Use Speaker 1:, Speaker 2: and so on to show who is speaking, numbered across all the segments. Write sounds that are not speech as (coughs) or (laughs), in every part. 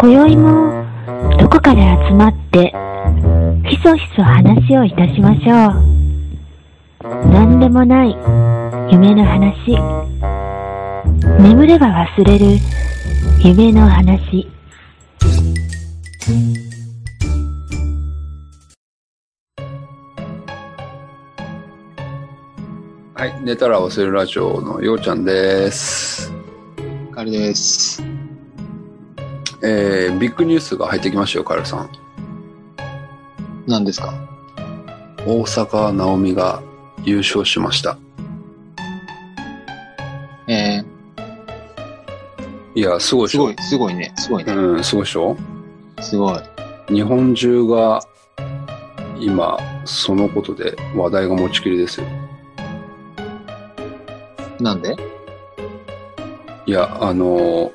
Speaker 1: 今宵もどこかで集まってひそひそ話をいたしましょう何でもない夢の話眠れば忘れる夢の話
Speaker 2: はい、寝たら忘れるラジオのようちゃんです。
Speaker 3: カエルです。
Speaker 2: えー、ビッグニュースが入ってきましたよ、カエルさん。
Speaker 3: 何ですか
Speaker 2: 大阪なおみが優勝しました。
Speaker 3: え
Speaker 2: いや、すごい
Speaker 3: ー、
Speaker 2: ですしょ
Speaker 3: ごい、すごいね。すごいね。
Speaker 2: うん、すごいでしょ
Speaker 3: すごい。
Speaker 2: 日本中が今、そのことで話題が持ちきりですよ。
Speaker 3: なんで
Speaker 2: いや、あのー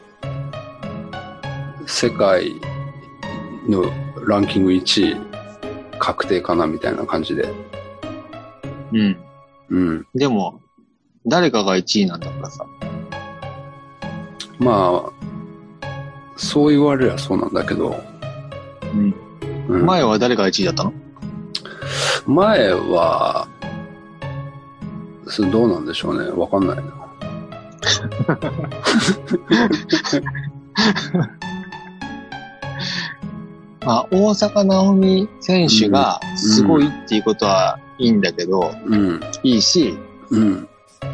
Speaker 2: 世界のランキング1位確定かなみたいな感じで。
Speaker 3: うん。
Speaker 2: うん。
Speaker 3: でも、誰かが1位なんだからさ。
Speaker 2: まあ、そう言われりゃそうなんだけど、
Speaker 3: うん。
Speaker 2: うん前
Speaker 3: 前は誰が1位だったの
Speaker 2: は、それどうなんでしょうね。わかんないな。
Speaker 3: まあ、大坂なおみ選手がすごいっていうことはいいんだけど、
Speaker 2: うん。
Speaker 3: いいし、
Speaker 2: うん。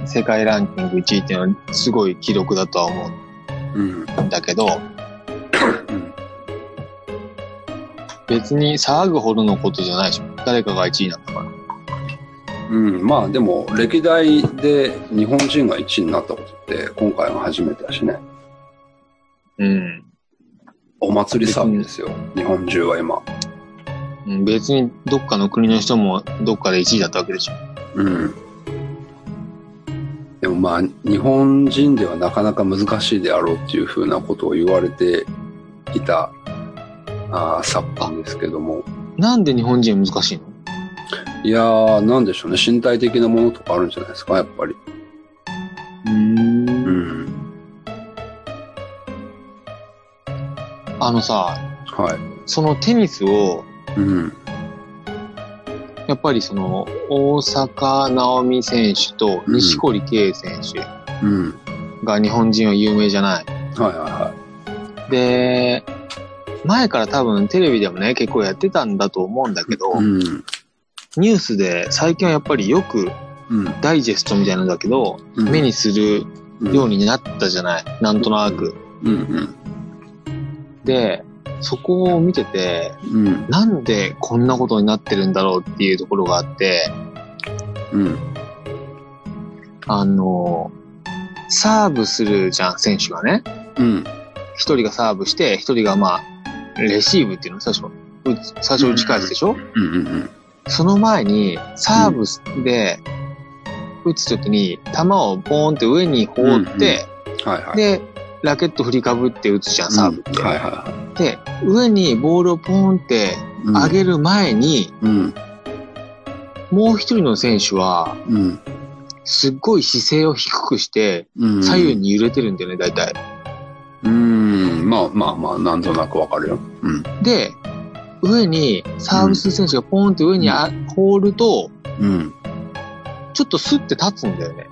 Speaker 3: 世界ランキング1位っていうのはすごい記録だとは思
Speaker 2: うん。
Speaker 3: うんだけ (coughs) ど、別に騒ぐほどのことじゃないでしょ。誰かが1位なんだから。
Speaker 2: うん。まあでも、歴代で日本人が1位になったことって、今回が初めてだしね。
Speaker 3: うん。
Speaker 2: お祭り騒ぎですよ。日本中は今。
Speaker 3: うん別にどっかの国の人もどっかで1位だったわけでしょ。
Speaker 2: うん。でもまあ、日本人ではなかなか難しいであろうっていうふうなことを言われていた、あー昨今ですけども。
Speaker 3: なんで日本人は難しいの
Speaker 2: いやー、なんでしょうね。身体的なものとかあるんじゃないですか、やっぱり。
Speaker 3: うん
Speaker 2: ん。
Speaker 3: あのさ、
Speaker 2: はい。
Speaker 3: そのテニスを、
Speaker 2: うん。
Speaker 3: やっぱりその、大坂なおみ選手と
Speaker 2: うん
Speaker 3: 錦織圭選手
Speaker 2: うん。
Speaker 3: が日本人は有名じゃない。
Speaker 2: はいは
Speaker 3: で、前から多分テレビでもね、結構やってたんだと思うんだけど
Speaker 2: い、はい。うん。
Speaker 3: ニュースで最近はやっぱりよく
Speaker 2: うん。
Speaker 3: ダイジェストみたいなんだけど、
Speaker 2: うん
Speaker 3: 目にする
Speaker 2: うん
Speaker 3: ようになったじゃない。なんとなく。
Speaker 2: うん。
Speaker 3: で、そこを見てて、
Speaker 2: うん。うん。
Speaker 3: なんでこんなことになってるんだろうっていうところがあって、
Speaker 2: うん。
Speaker 3: あの、サーブするじゃん、選手がね。
Speaker 2: うん。
Speaker 3: 一人がサーブして、一人がまあ、レシーブっていうの、最初、打つ最初打ち返すでしょ、
Speaker 2: うん。うん。
Speaker 3: その前に、サーブで、打つときに、球をボーンって上に放って、
Speaker 2: はいはい。
Speaker 3: で、ラケット振りかぶって打つじゃん、サーブっ
Speaker 2: うん
Speaker 3: て。
Speaker 2: はいはいは
Speaker 3: で、上にボールをポーンって
Speaker 2: い。うん
Speaker 3: 上。げる前に、
Speaker 2: うん。
Speaker 3: もう一人の選手は、
Speaker 2: うん。
Speaker 3: すっごい姿勢を低くして、
Speaker 2: うん。
Speaker 3: 左右に揺れてるんだよね、大体。
Speaker 2: うん。まあまあまあ、なんとなくわかるよ。うん。
Speaker 3: で、上に、サービス選手がポーンって上にあ、放ると、
Speaker 2: うん。
Speaker 3: ちょっとスッて立つんだよね。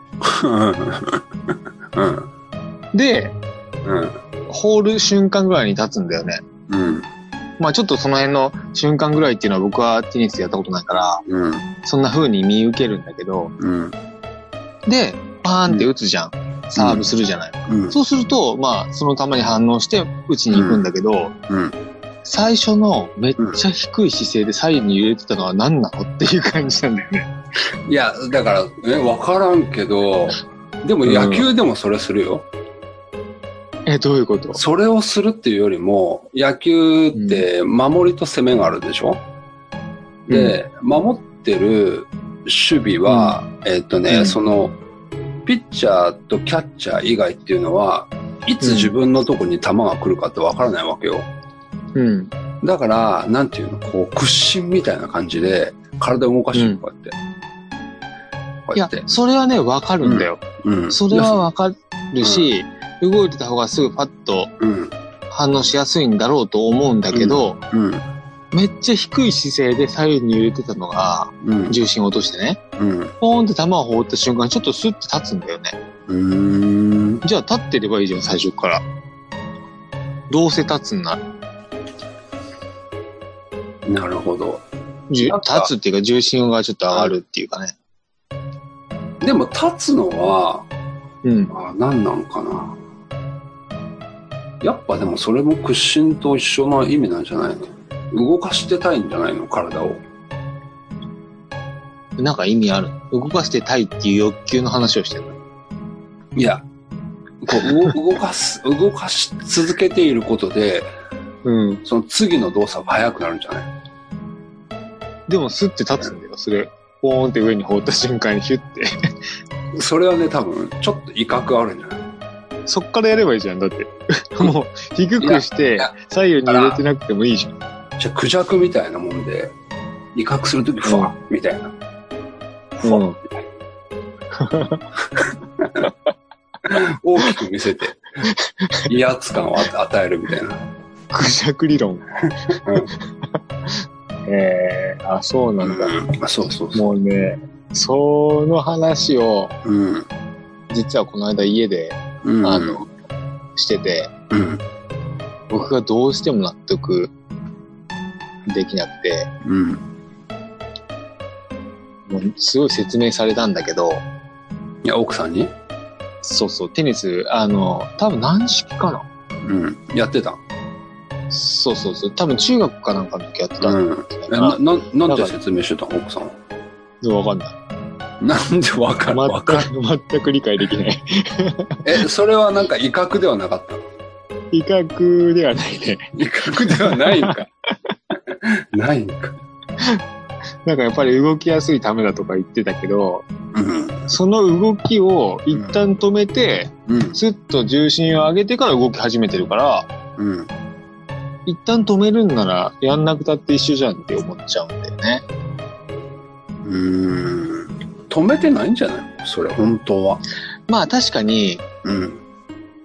Speaker 2: うん。
Speaker 3: で、
Speaker 2: うん。
Speaker 3: 放る瞬間ぐらいに立つんだよね。
Speaker 2: うん。
Speaker 3: まあちょっとその辺の瞬間ぐらいっていうのは僕はテニスでやったことないから、
Speaker 2: うん。
Speaker 3: そんな風に見受けるんだけど、
Speaker 2: うん。
Speaker 3: で、パーンって打つじゃん。サーブするじゃない。
Speaker 2: うん。
Speaker 3: そうすると、まあ、その球に反応して打ちに行くんだけど、
Speaker 2: うん
Speaker 3: 最初のめっちゃ低い姿勢で左右に揺れてたのは何なのっていう感じなんだよね。
Speaker 2: いや、だから、え、わからんけど、でも野球でもそれするよ。
Speaker 3: え、どういうこと
Speaker 2: それをするっていうよりも、野球って守りと攻めがあるでしょ、で、守ってる守備は、えっとね、
Speaker 3: うん
Speaker 2: その、ピッチャーとキャッチャー以外っていうのは、いつ自分のとこに球が来るかってわからないわけよ。
Speaker 3: うん。
Speaker 2: だから、なんていうの、こう、屈伸みたいな感じで、体を動かしてる、こうやって。こ
Speaker 3: い
Speaker 2: や
Speaker 3: うや
Speaker 2: って、。
Speaker 3: それはね、わかるんだよ。
Speaker 2: うん
Speaker 3: それはわかるし、動いてた方がすぐパッと
Speaker 2: うん。
Speaker 3: 反応しやすいんだろうと思うんだけど、
Speaker 2: うん。
Speaker 3: めっちゃ低い姿勢で左右に揺れてたのが、
Speaker 2: うん。
Speaker 3: 重心を落としてね、
Speaker 2: うん。
Speaker 3: ポーンって球を放った瞬間にちょっとスッて立つんだよね。
Speaker 2: うーん。
Speaker 3: じゃあ立ってればいいじゃん、最初から。どうせ立つんなら。
Speaker 2: なるほど。
Speaker 3: じゅ
Speaker 2: なんか
Speaker 3: 立つっていうか重心がちょっと上がるっていうかね。
Speaker 2: でも立つのは、
Speaker 3: うん。
Speaker 2: あ何なのかな。やっぱでもそれも屈伸と一緒の意味なんじゃないの動かしてたいんじゃないの体を。
Speaker 3: なんか意味ある。動かしてたいっていう欲求の話をしてる。
Speaker 2: いや、こう動 (laughs) 動かす、動かし続けていることで、
Speaker 3: うん。
Speaker 2: その次の動作が速くなるんじゃない
Speaker 3: でもスッて立つんだよ、それ。ポーンって上に放った瞬間にヒュッて。 (laughs)
Speaker 2: それはね、多分、ちょっと威嚇あるんじゃない
Speaker 3: そっからやればいいじゃん、だって。 (laughs) もう、低くして
Speaker 2: や、
Speaker 3: 左右に入れてなくてもいいじゃん。
Speaker 2: じゃあ、クジャクみたいなもんで、威嚇するとき、ふわっみたいな。ふわっみたいな。大きく見せて、威圧感を与与えるみたいな。
Speaker 3: クジャク理論。 (laughs) ええあ、そうな
Speaker 2: うん
Speaker 3: だ。
Speaker 2: ん、あそうそうそ
Speaker 3: もうね、その話を、
Speaker 2: う。うん。
Speaker 3: 実はこの間家で、
Speaker 2: うん。
Speaker 3: あの、してて、
Speaker 2: うん。
Speaker 3: 僕がどうしても納得できなくて、
Speaker 2: うん。
Speaker 3: もうすごい説明されたんだけど、
Speaker 2: いや、奥さんに
Speaker 3: そうそう、テニス、あの、多分軟式かな
Speaker 2: うん。やってた。
Speaker 3: そうそうそう、多分中学かなんかの時やってた
Speaker 2: うんん。
Speaker 3: だ
Speaker 2: え、
Speaker 3: けど、
Speaker 2: な、ななん
Speaker 3: だか
Speaker 2: て
Speaker 3: ら
Speaker 2: 説明してたの奥さんは。 (laughs)
Speaker 3: わかんない。
Speaker 2: なんでわかるわかる。
Speaker 3: 全 (laughs) く、全く理解できない。
Speaker 2: え、それはなんか威嚇ではなか (laughs) ったの
Speaker 3: 威嚇ではないね。 (laughs)
Speaker 2: 威嚇ではないん (laughs) か。ないんか。
Speaker 3: なんかやっぱり動きやすいためだとか言ってたけど、
Speaker 2: うん。
Speaker 3: その動きを一旦止めて、
Speaker 2: うん。
Speaker 3: スッと重心を上げてから動き始めてるから、
Speaker 2: うん。
Speaker 3: 一旦止めるんならやんなくたって一緒じゃんって思っちゃうんだよね。
Speaker 2: うーん。止めてないんじゃないそれ、本当は。
Speaker 3: まあ確かに、
Speaker 2: うん。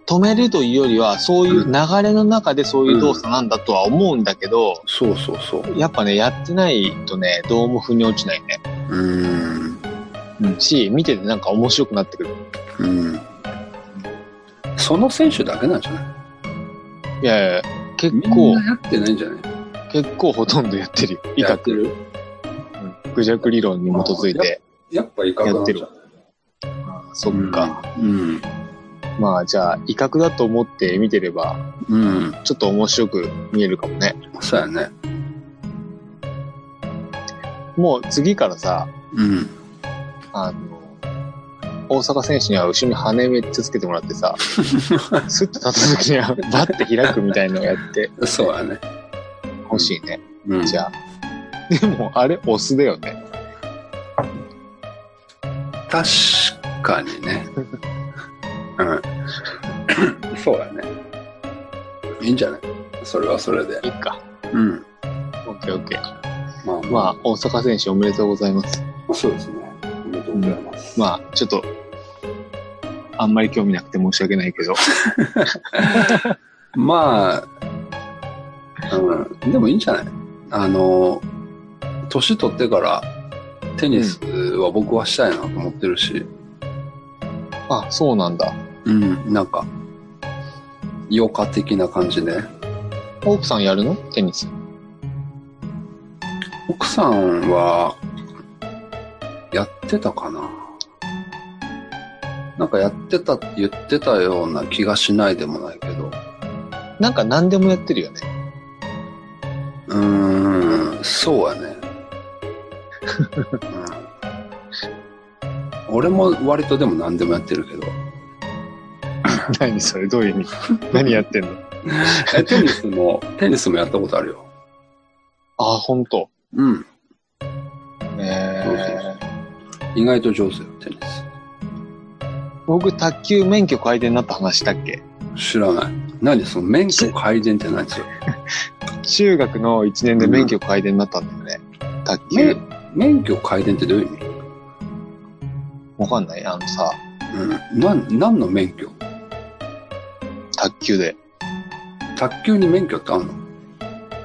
Speaker 3: 止めるというよりは、そういう流れの中でそういう動作なんだとは思うんだけど、
Speaker 2: そうそうそう。
Speaker 3: やっぱね、やってないとね、どうも腑に落ちないね。
Speaker 2: うーん。
Speaker 3: うん。し、見ててなんか面白くなってくる。
Speaker 2: うん。その選手だけなんじゃない
Speaker 3: いやいや、結
Speaker 2: みん
Speaker 3: 構
Speaker 2: な、やってないんじゃない
Speaker 3: 結構ほとんどやってるよ。威
Speaker 2: やって
Speaker 3: 嚇。
Speaker 2: る
Speaker 3: うんクジャク理論に基づいて。
Speaker 2: やっぱ威嚇なんじゃない
Speaker 3: やあーそっか。。
Speaker 2: うん。
Speaker 3: まあじゃあ、威嚇だと思って見てれば、
Speaker 2: うん。
Speaker 3: ちょっと面白く見えるかもね。
Speaker 2: そうやね。
Speaker 3: もう次からさ、
Speaker 2: うん。
Speaker 3: あの、大坂選手には後ろに羽めっちゃつけてもらって (laughs) さ、スッと立った時にはバッて開くみたいのをやって
Speaker 2: そうやね。
Speaker 3: ほしいね。
Speaker 2: うん。
Speaker 3: じゃあ。でも、あれ、オスだよね。
Speaker 2: 確かに (laughs) ね。うん。そうだね。いいんじゃないそれはそれで。
Speaker 3: いいか。
Speaker 2: うん。
Speaker 3: オッケーオッケー。
Speaker 2: まあま
Speaker 3: まあ、大坂選手おめでとうございます。
Speaker 2: あ、そうですね。おめでとうございます。
Speaker 3: まあ、ちょっと、あんまり興味なくて申し訳ないけど。 (laughs)
Speaker 2: まあ、うん、でもいいんじゃないあの、年取ってからテニスは僕はしたいなと思ってるし、
Speaker 3: あ、そうなんだ。
Speaker 2: うん、なんか、余暇的な感じで。
Speaker 3: 奥さんやるのテニス。
Speaker 2: 奥さんは、やってたかななんかやってたって言ってたような気がしないでもないけど。
Speaker 3: なんか何でもやってるよね。 (laughs)
Speaker 2: うーん、そうやね。うん、俺も割とでも何でもやってる (laughs) けど。
Speaker 3: 何それどういう意味何やってんの
Speaker 2: えテニスも、テニスもやったことあるよ。
Speaker 3: あ、ほんと。
Speaker 2: うん。そう
Speaker 3: えー、
Speaker 2: 意外と上手よ、テニス。
Speaker 3: 僕、卓球免許改善になった話したっけ
Speaker 2: 知らない。何その免許改善って何それ
Speaker 3: 中学の1年で免許改善になったんだよね。卓球。
Speaker 2: 免免許改善ってどういう意味
Speaker 3: わかんないあのさ、
Speaker 2: うん。なん、何の免許
Speaker 3: 卓球で。
Speaker 2: 卓球に免許ってあるの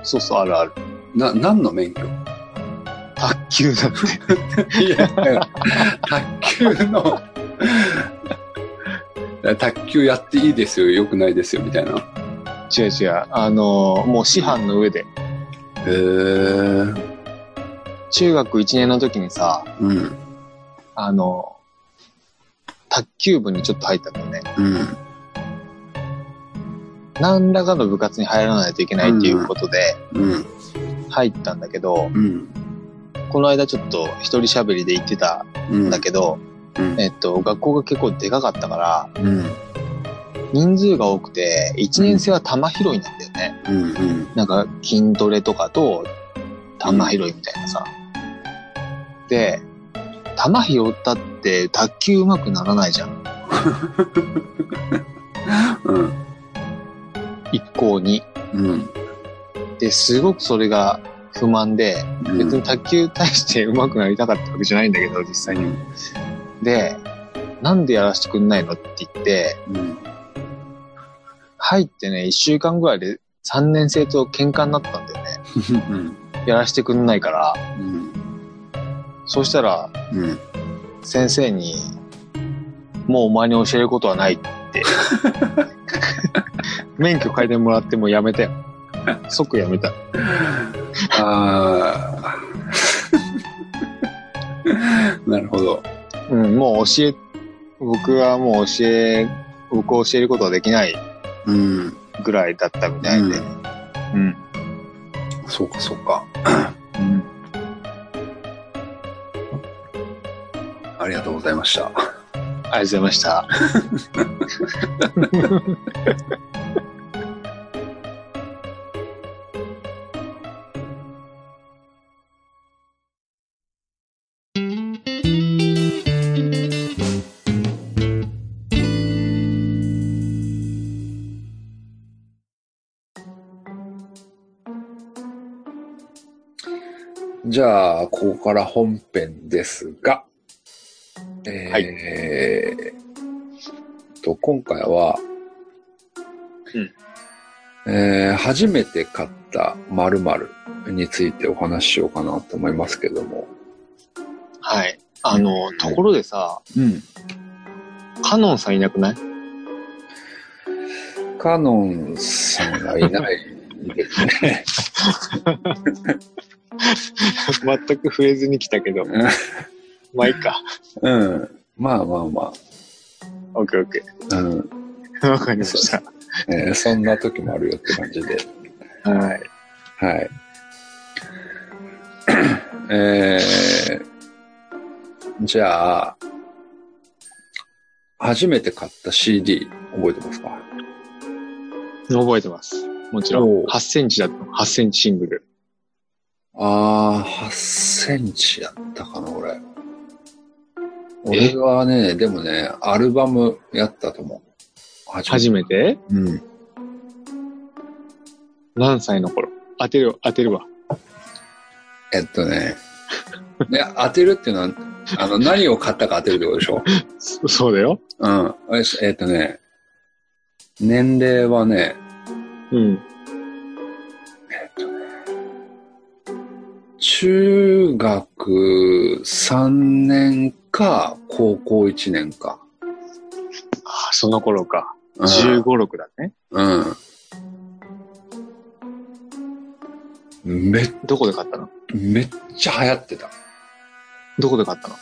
Speaker 3: そうそう、あるある。
Speaker 2: な、何の免許
Speaker 3: 卓球だって。 (laughs)
Speaker 2: いや、卓球の、卓球やっていいですよ、良くないですよ、みたいな。
Speaker 3: 違う違う。あのーもう師範の上で。
Speaker 2: へえ。うん。
Speaker 3: 中学1年の時にさ、
Speaker 2: うん。
Speaker 3: あのー卓球部にちょっと入ったんだよね。何らかの部活に入らないといけないっていうことで
Speaker 2: うん。
Speaker 3: 入ったんだけど、
Speaker 2: うん。
Speaker 3: この間ちょっと一人喋りで行ってた
Speaker 2: うん
Speaker 3: んだけど、
Speaker 2: うん。
Speaker 3: えっと、学校が結構でかかったから、
Speaker 2: うん。
Speaker 3: 人数が多くて、1年生は玉拾いなんだよね。
Speaker 2: うん。うん。
Speaker 3: なんか筋トレとかと玉拾いみたいなさ。で、玉拾ったって卓球上手くならないじゃん。
Speaker 2: うん。
Speaker 3: 一向に。
Speaker 2: うん。
Speaker 3: で、すごくそれが不満で、
Speaker 2: うん。
Speaker 3: 別に卓球対して上手くなりたかったわけじゃないんだけど、実際に。で、なんでやらせてくんないのって言って、
Speaker 2: うん。
Speaker 3: 入ってね、一週間ぐらいで3年生と喧嘩になったんだよね。
Speaker 2: うん。
Speaker 3: やらせてくんないから。
Speaker 2: うん。
Speaker 3: そうしたら、
Speaker 2: うん。
Speaker 3: 先生に、もうお前に教えることはないって。 (laughs) 免許変えてもらってもうやめたよ。即やめた。
Speaker 2: ああ。なるほど。
Speaker 3: うん、もう教え、僕はもう教え、僕を教えることはできない
Speaker 2: うん。
Speaker 3: ぐらいだったみたいで。うん。
Speaker 2: そうか、そうか。
Speaker 3: うん。
Speaker 2: ありがとうございました。
Speaker 3: ありがとうございました。
Speaker 2: じゃあ、ここから本編ですが、えー
Speaker 3: はい
Speaker 2: えーと、今回は、えー初めて買った〇〇についてお話ししようかなと思いますけども。
Speaker 3: はい。あの、ところでさ、
Speaker 2: うん。
Speaker 3: カノンさんいなくない (laughs)
Speaker 2: カノンさんがいないですね。
Speaker 3: 全く触れずに来たけど。まあいいか。
Speaker 2: うん。まあまあま
Speaker 3: オッケーオッケ
Speaker 2: あ。うん。
Speaker 3: ー。わかりました。
Speaker 2: えーそんな時もあるよって感じで。
Speaker 3: はい。
Speaker 2: はい。 (coughs) えー、じゃあ、初めて買った CD 覚えてますか
Speaker 3: 覚えてます。もちろ
Speaker 2: お
Speaker 3: ん。
Speaker 2: う
Speaker 3: 8センチだったの。8センチシングル。
Speaker 2: あー、8センチやったかな、俺。俺はね、でもね、アルバムやったと思う。初
Speaker 3: 初めて
Speaker 2: うん。
Speaker 3: 何歳の頃当てるよ、当てるわ。
Speaker 2: えっと (laughs) ね、ね当てるっていうのは、あの、何を買ったか当てるってことでしょ
Speaker 3: そそうだよ。
Speaker 2: うん。ええっとね、年齢はね、
Speaker 3: うん。
Speaker 2: 中学3年か、高校1年か。
Speaker 3: ああ、その頃か。
Speaker 2: うん
Speaker 3: 15、6だね。
Speaker 2: うん。め、
Speaker 3: どこで買ったの
Speaker 2: めっちゃ流行ってた。
Speaker 3: どこで買ったの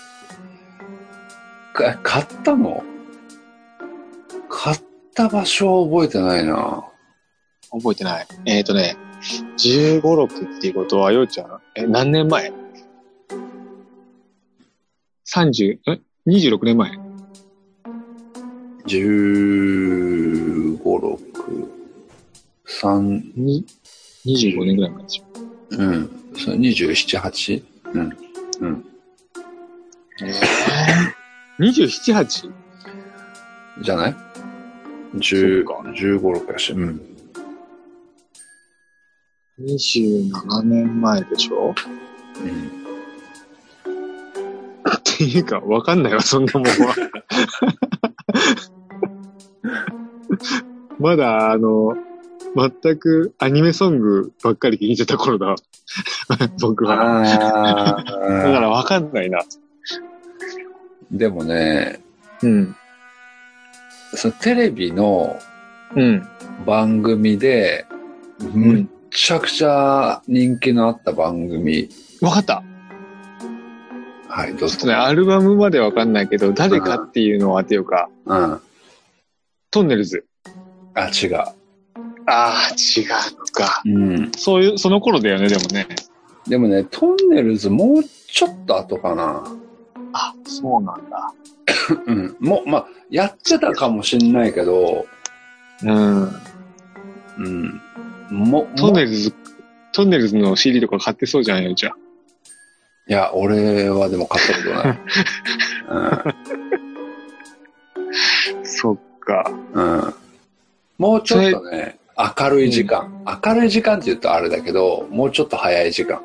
Speaker 2: か買ったの買った場所覚えてないな。
Speaker 3: 覚えてない。えっ、ー、とね、15、6っていうことは、ようちゃん、え、何年前 ?30、え ?26 年前
Speaker 2: 15、6、3、
Speaker 3: に ?25 年ぐらい前でしょ。
Speaker 2: うん。それ27、8?
Speaker 3: えー、27、8?
Speaker 2: じゃない10
Speaker 3: そうか
Speaker 2: ?15、6やし。うん。
Speaker 3: 27年前でしょ
Speaker 2: うん
Speaker 3: っていうか、わかんないわ、そんなもんは。 (laughs) まだ、あの、全くアニメソングばっかり聴いてた頃だわ。僕は。
Speaker 2: あ
Speaker 3: だ
Speaker 2: ー
Speaker 3: からわかんないな。
Speaker 2: でもね、
Speaker 3: うん。
Speaker 2: そのテレビの
Speaker 3: うん。
Speaker 2: 番組で、むっちゃくちゃ人気のあった番組。
Speaker 3: わかった。
Speaker 2: はい、どう
Speaker 3: ちょっ
Speaker 2: ぞ
Speaker 3: とね、。アルバムまでわかんないけど、誰かっていうのはっていうか、
Speaker 2: うん。あ、
Speaker 3: トンネルズ。
Speaker 2: 違う。
Speaker 3: ああ、違うのか。
Speaker 2: うん。
Speaker 3: そういう、その頃だよね、でもね。
Speaker 2: でもね、トンネルズもうちょっと後かな。
Speaker 3: あ、そうなんだ。
Speaker 2: うん。もう、まあ、やってたかもしんないけど、
Speaker 3: うん。
Speaker 2: うん。も、
Speaker 3: トンネ
Speaker 2: ル
Speaker 3: ルズ、トンネルズの CD とか買ってそうじゃんよ、じゃあ
Speaker 2: いや、俺はでも買った (laughs) ことない。
Speaker 3: そっか。
Speaker 2: うん。うん。もうちょっとね、明るい時間、明るい時間って言うとあれだけど、もうちょっと早い時間。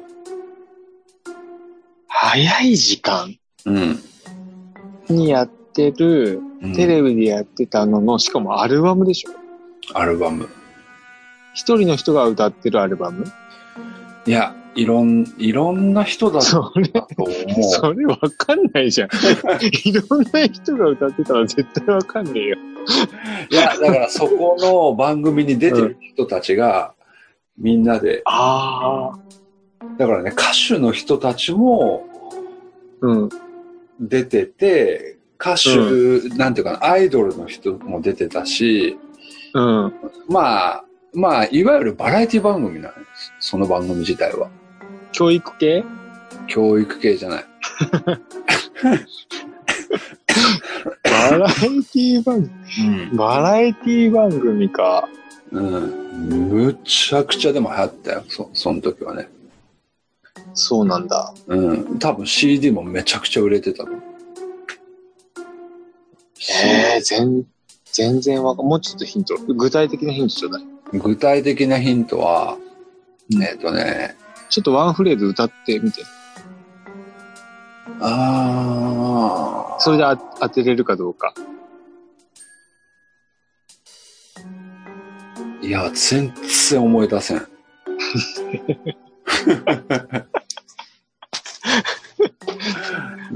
Speaker 3: 早い時間
Speaker 2: うん。
Speaker 3: にやって
Speaker 2: う
Speaker 3: る、
Speaker 2: ん
Speaker 3: テレビでやってたのの、しかもアルバムでしょ
Speaker 2: アルバム。
Speaker 3: 一人の人が歌ってるアルバム
Speaker 2: いや、いろん、いろんな人だと
Speaker 3: それ、
Speaker 2: 思う。
Speaker 3: それわかんない (laughs) じゃん。いろんな人が歌ってたら絶対わかんねえよ。
Speaker 2: いや、だからそこの番組に出てる人たちが、みんなで、
Speaker 3: ああ。
Speaker 2: だからね、歌手の人たちも
Speaker 3: うん。
Speaker 2: 出てて、歌手、なんていうかな、アイドルの人も出てたし、
Speaker 3: うん。
Speaker 2: まあ、まあ、いわゆるバラエティ番組なんです。その番組自体は。
Speaker 3: 教育系
Speaker 2: 教育系じゃない。
Speaker 3: バラエティ番 (laughs) 組。バラエティ番組か。
Speaker 2: うん。うん。むちゃくちゃでも流行ったよ。そ、その時はね。
Speaker 3: そうなんだ。
Speaker 2: うん。多分 CD もめちゃくちゃ売れてたと思う。
Speaker 3: ええ全、全然わかんもうちょっとヒント。具体的なヒントちょうだい。
Speaker 2: 具体的なヒントは、
Speaker 3: うん
Speaker 2: えっ、とね、
Speaker 3: ちょっとワンフレーズ歌ってみて。
Speaker 2: あ
Speaker 3: それであ当てれるかどうか。
Speaker 2: ー、いや、全然思い出
Speaker 3: (laughs)
Speaker 2: せん。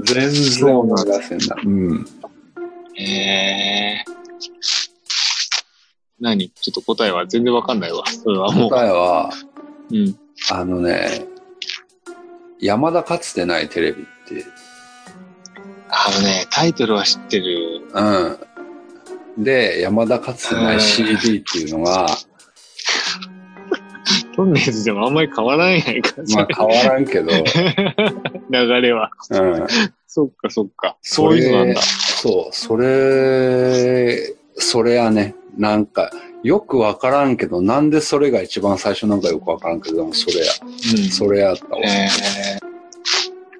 Speaker 2: 全然思い出せんな。うん。
Speaker 3: ええ何ちょっと答えは全然わかんないわ。それはも
Speaker 2: 答えは、
Speaker 3: う。うん。
Speaker 2: あのね、山田かつてないテレビって、
Speaker 3: あのね、タイトルは知ってる。
Speaker 2: うん。で、山田かつてない CD っていうの
Speaker 3: (laughs)
Speaker 2: が、
Speaker 3: トンネルズでもあんまり変わらないやないか。
Speaker 2: まあ変わらんけ
Speaker 3: (laughs)
Speaker 2: ど、
Speaker 3: 流れは。
Speaker 2: うん。
Speaker 3: そっかそっか。
Speaker 2: そ
Speaker 3: そう
Speaker 2: れ
Speaker 3: いうのなんだ。
Speaker 2: そう、それ、それやね、なんか、よくわからんけど、なんでそれが一番最初なんかよくわからんけど、でもそれや、
Speaker 3: うん
Speaker 2: それやったわ。
Speaker 3: え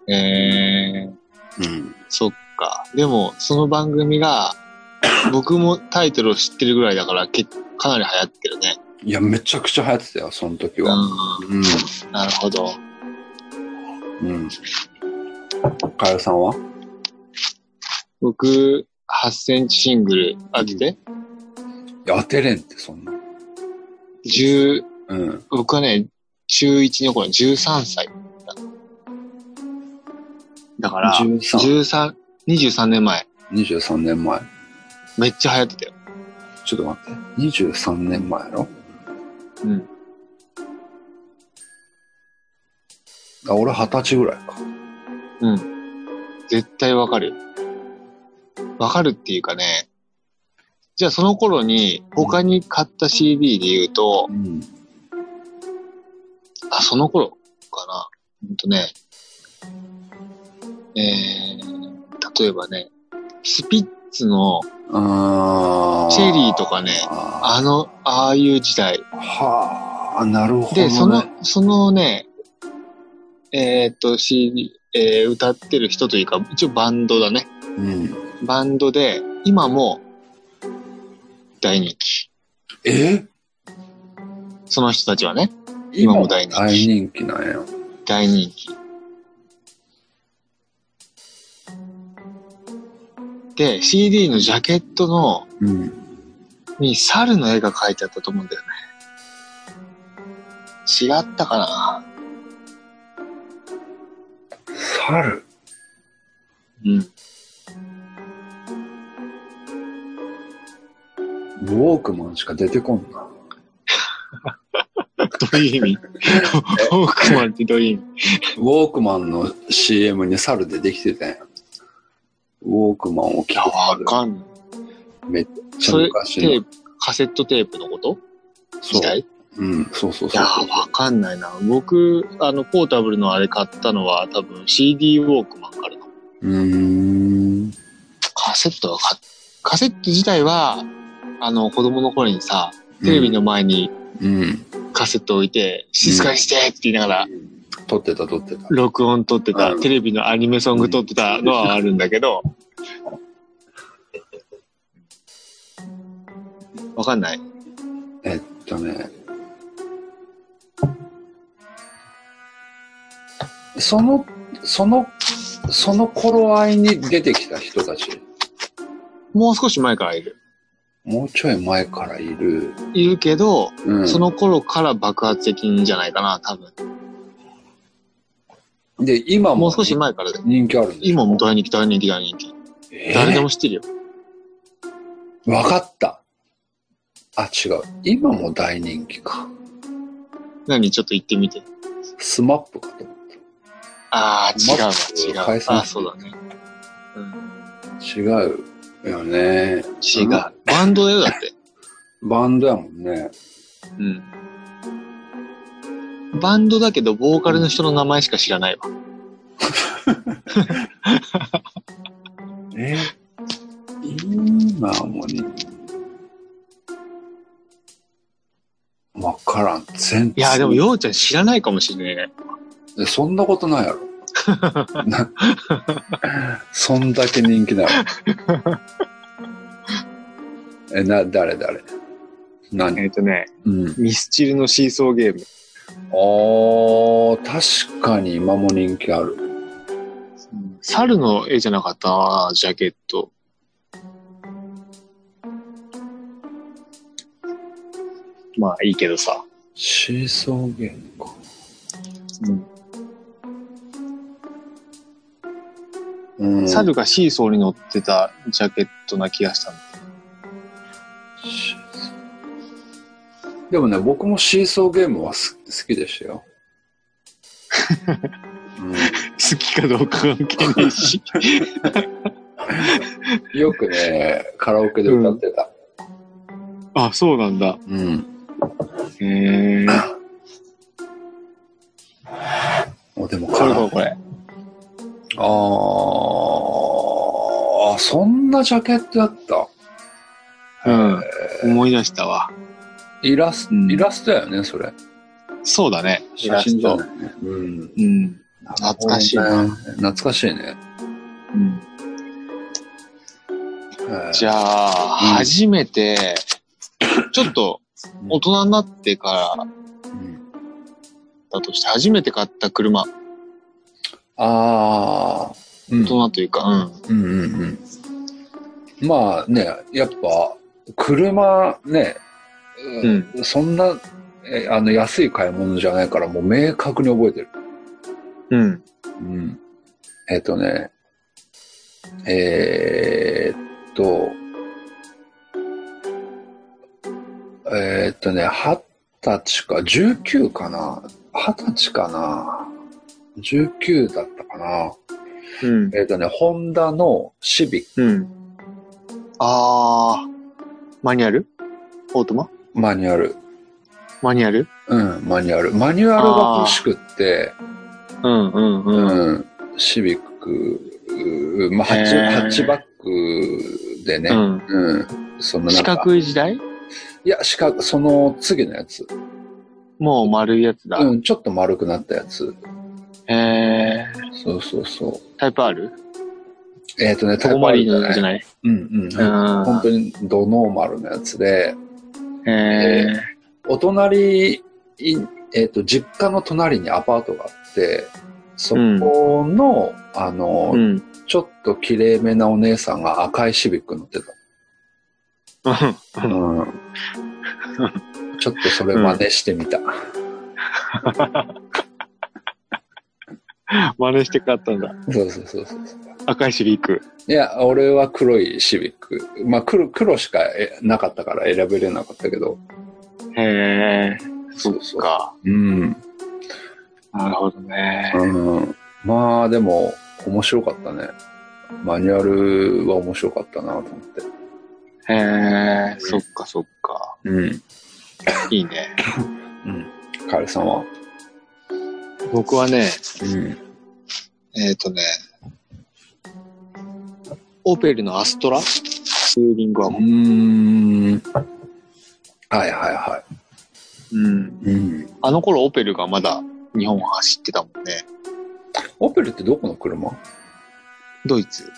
Speaker 3: ー、え
Speaker 2: う
Speaker 3: ー、
Speaker 2: ん。
Speaker 3: そっか。でも、その番組が、僕もタイトルを知ってるぐらいだから、けかなり流行ってるね。
Speaker 2: いや、めちゃくちゃ流行ってたよ、その時は。
Speaker 3: う
Speaker 2: うん。
Speaker 3: ん。なるほど。
Speaker 2: うん。かよさんは
Speaker 3: 僕、8センチシングル、あってて、
Speaker 2: いや当てれんって、そんな。
Speaker 3: 10、
Speaker 2: うん。
Speaker 3: 僕はね、中1の頃、13歳だだから、
Speaker 2: 13。
Speaker 3: 13、23年前、
Speaker 2: 23年前。
Speaker 3: めっちゃ流行ってたよ。
Speaker 2: ちょっと待って。23年前やろ
Speaker 3: うん。
Speaker 2: あ俺二十歳ぐらいか。
Speaker 3: うん。絶対わかるよ。わかるっていうかね、じゃあその頃に他に買った CD で言うと
Speaker 2: う、ん。
Speaker 3: あ、その頃かな。ほんとね、えー、例えばね、スピッツの
Speaker 2: あ
Speaker 3: チェリーとかね、
Speaker 2: あ
Speaker 3: あの、ああいう時代。
Speaker 2: ーはあ、なるほど、ね。
Speaker 3: で、その、そのね、えーっと、CD、えー歌ってる人というか、一応バンドだね。
Speaker 2: うん。
Speaker 3: バンドで、今も、大人気。
Speaker 2: え
Speaker 3: その人たちはね、
Speaker 2: 今
Speaker 3: 今
Speaker 2: も
Speaker 3: も
Speaker 2: 大
Speaker 3: 大
Speaker 2: 人
Speaker 3: 人
Speaker 2: 気。
Speaker 3: 気
Speaker 2: なんや。
Speaker 3: 大人気。で、CD のジャケットの、
Speaker 2: うん。
Speaker 3: に猿の絵が描いてあったと思うんだよね。違ったかな
Speaker 2: 猿
Speaker 3: うん。
Speaker 2: ウォークマンしか出てこんな。
Speaker 3: どういう意味 (laughs) フォークマンってどういう意味
Speaker 2: ウォークマンの CM に猿でできてたんや。ウォークマンを聞
Speaker 3: いや、
Speaker 2: く
Speaker 3: わ
Speaker 2: 猿。
Speaker 3: かんない。
Speaker 2: めっちゃ
Speaker 3: それ、テ
Speaker 2: 昔
Speaker 3: ー
Speaker 2: の。
Speaker 3: プ、カセットテープのこと
Speaker 2: そ
Speaker 3: 時代
Speaker 2: う。
Speaker 3: い
Speaker 2: うん、そうそうそ
Speaker 3: や
Speaker 2: う。
Speaker 3: ー、わかんないな。僕、あの、ポータブルのあれ買ったのは、多分 CD ウォークマンからの。
Speaker 2: うーん。
Speaker 3: カセットは買っカセット自体は、あの、子供の頃にさ、テレビの前に
Speaker 2: うん。
Speaker 3: カセット置いて、静かにしてって言いながら、
Speaker 2: 撮ってた撮ってた。
Speaker 3: 録音撮ってた、
Speaker 2: うん
Speaker 3: テレビのアニメソング撮ってたのはあるんだけど、わかんない。
Speaker 2: えっとね。その、その、その頃合いに出てきた人たち、
Speaker 3: もう少し前からいる。
Speaker 2: もうちょい前からいる。
Speaker 3: いるけど、
Speaker 2: うん。
Speaker 3: その頃から爆発的んじゃないかな、多分。
Speaker 2: で、今も
Speaker 3: もう少し前からで。
Speaker 2: 人気あるんでしょ
Speaker 3: 今も大人気、大人気、大人気。
Speaker 2: えー
Speaker 3: 誰でも知ってるよ。
Speaker 2: わかった。あ、違う。今も大人気か。
Speaker 3: 何ちょっと言ってみて。
Speaker 2: スマップかと思っ
Speaker 3: ああ、違うわ、
Speaker 2: マ
Speaker 3: 違う
Speaker 2: ップ解。散
Speaker 3: ああ、そうだね。うん
Speaker 2: た。違うよね。
Speaker 3: 違う。バンドだよ、だって。
Speaker 2: バンドやもんね。
Speaker 3: うん。バンドだけど、ボーカルの人の名前しか知らないわ。
Speaker 2: え今もに。わからん。全然。
Speaker 3: いや、でも、ようちゃん知らないかもしれないね。
Speaker 2: えそんなことないやろ。なそんだけ人気なの。え、な、誰誰何
Speaker 3: っとね、
Speaker 2: うん。
Speaker 3: ミスチルのシーソーゲーム。
Speaker 2: あー、確かに今も人気ある。
Speaker 3: 猿の絵じゃなかったジャケット。まあ、いいけどさ。
Speaker 2: シーソーゲームか。うん。
Speaker 3: 猿がシーソーに乗ってたジャケットな気がしたんだ
Speaker 2: シーソーでもね、僕もシーソーゲームはす好きでしたよ。う
Speaker 3: 好きかどうか関係ない (laughs) し。
Speaker 2: ん、よく
Speaker 3: (laughs)
Speaker 2: ね、カラオケで歌ってた。
Speaker 3: あ、そうなんだ。
Speaker 2: うん。
Speaker 3: へえ。
Speaker 2: おでも
Speaker 3: こ
Speaker 2: カ
Speaker 3: れ
Speaker 2: ラオ
Speaker 3: これ
Speaker 2: ケ。
Speaker 3: これ。
Speaker 2: あー、そんなジャケットだった。
Speaker 3: うん。思い出したわ。
Speaker 2: イラスト、
Speaker 3: うん
Speaker 2: イラストやよね、それ。
Speaker 3: そうだね。。
Speaker 2: 写真じゃないいね。うん。
Speaker 3: うん。懐かしいな。
Speaker 2: 懐かしいね。
Speaker 3: うんじゃあ、
Speaker 2: うん
Speaker 3: 初めて、ちょっと
Speaker 2: うん
Speaker 3: 大人になってから
Speaker 2: うん
Speaker 3: だとして、初めて買った車、
Speaker 2: ああ、う
Speaker 3: 大
Speaker 2: ん、
Speaker 3: 人というか、うん。
Speaker 2: うんうんうん。まあね、やっぱ、車ね、
Speaker 3: うん。
Speaker 2: そんな、えあの、安い買い物じゃないから、もう明確に覚えてる。
Speaker 3: うん。
Speaker 2: うん。えっ、とね、えーっと、えーっとね、二十歳か、19かな二十歳かな ?19 だったかな
Speaker 3: うん。
Speaker 2: えーっとね、ホンダのシビック
Speaker 3: うん。あー、マニュアルオートマ
Speaker 2: マニュアル。
Speaker 3: マニュアル
Speaker 2: うん、マニュアル。マニュアルが欲しくって、
Speaker 3: うんうんうん。
Speaker 2: うん、シビック、うまあ、ハッチ
Speaker 3: へー
Speaker 2: ハッチバックでね、
Speaker 3: うん。
Speaker 2: うん、そのなんか
Speaker 3: 四角い時代
Speaker 2: いや、四角、その次のやつ。
Speaker 3: もう丸いやつだ。
Speaker 2: うん、ちょっと丸くなったやつ。
Speaker 3: えー、
Speaker 2: そうそうそ
Speaker 3: タイプ R?
Speaker 2: う。えっ、とね、
Speaker 3: トコマリーの
Speaker 2: タ
Speaker 3: じ
Speaker 2: イプあるじ
Speaker 3: ゃない
Speaker 2: ゃない。うん
Speaker 3: う
Speaker 2: うん。
Speaker 3: ん。
Speaker 2: 本当にドノーマルのやつで、
Speaker 3: え
Speaker 2: お隣い、えっ、と、実家の隣にアパートがあって、そこの、あの、
Speaker 3: ー、うん。 (laughs)
Speaker 2: ちょっと綺麗めなお姉さんが赤いシビック乗ってた。うん。ちょっとそれ真似してみた。
Speaker 3: 真似して買ったんだ。
Speaker 2: そうそうそうそう。
Speaker 3: 赤いシビック。
Speaker 2: いや、俺は黒いシビック。まあ、黒、黒しかえなかったから選べれなかったけど。
Speaker 3: へえ。そっ
Speaker 2: そう
Speaker 3: か。
Speaker 2: うん。
Speaker 3: なるほどね。
Speaker 2: うん、まあ、でも、面白かったね。マニュアルは面白かったなと思って。
Speaker 3: へえ。そっかそっか。
Speaker 2: うん。
Speaker 3: いいね。
Speaker 2: うん。カエルさんは。
Speaker 3: 僕はね、
Speaker 2: うん。
Speaker 3: えっ、とね、オペルのアストラツーリングは
Speaker 2: う、ーん。はいはいは
Speaker 3: うん。
Speaker 2: い。うん。
Speaker 3: あの頃オペルがまだ日本を走ってたもんね。
Speaker 2: オペルってどこの車
Speaker 3: ドイツ。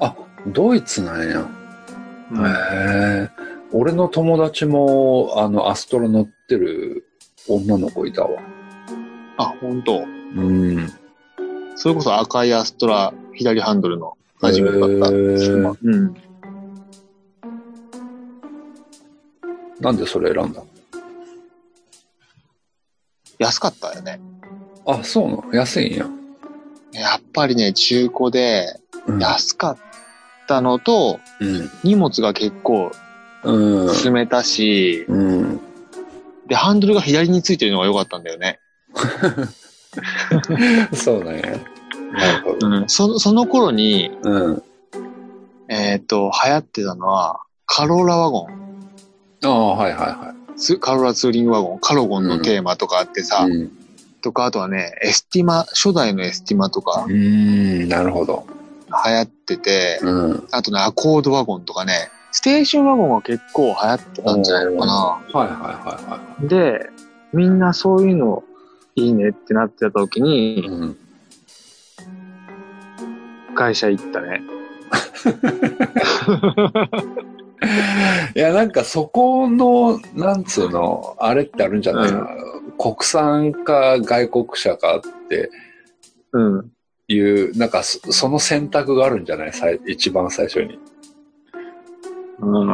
Speaker 2: あ、ドイツなんや。
Speaker 3: うん
Speaker 2: へえ。俺の友達も、あの、アストロ乗ってる女の子いたわ。
Speaker 3: あ、本当。
Speaker 2: うん。
Speaker 3: それこそ赤いアストラ、左ハンドルの初めて買った
Speaker 2: へー
Speaker 3: 車。うん。
Speaker 2: なんでそれ選んだ
Speaker 3: 安かったよね。
Speaker 2: あ、そうなの安いんや。
Speaker 3: やっぱりね、中古で
Speaker 2: うん。
Speaker 3: 安かったのと、荷物が結構
Speaker 2: うん。うん。
Speaker 3: 積めたし、
Speaker 2: うん。
Speaker 3: で、ハンドルが左についてるのが良かったんだよね。
Speaker 2: そうなんや。なるほど。
Speaker 3: うん。そその頃に、
Speaker 2: うん。
Speaker 3: えっ、と、流行ってたのは、カローラワゴン。
Speaker 2: ああ、はいは
Speaker 3: ツカローラツーリングワゴン、カロゴンのテーマとかあって
Speaker 2: い
Speaker 3: さ、
Speaker 2: はい。うん。
Speaker 3: とか、あとはね、エスティマ、初代のエスティマとか
Speaker 2: うーん、なるほど。
Speaker 3: 流行ってて、
Speaker 2: うん。
Speaker 3: あとね、アコードワゴンとかね、ステーションワゴンは結構流行ってたんじゃないのかな。
Speaker 2: はいはいは
Speaker 3: で、みんなそういうのいいねってなってた時
Speaker 2: いはい。
Speaker 3: に、
Speaker 2: うん。
Speaker 3: 会社行ったね。
Speaker 2: いや、なんかそこの、なんつうの、あれってあるんじゃない、
Speaker 3: う
Speaker 2: 国産か外国車かって
Speaker 3: うん。
Speaker 2: いう、なんかそその選択があるんじゃない最一番最初に。
Speaker 3: うん。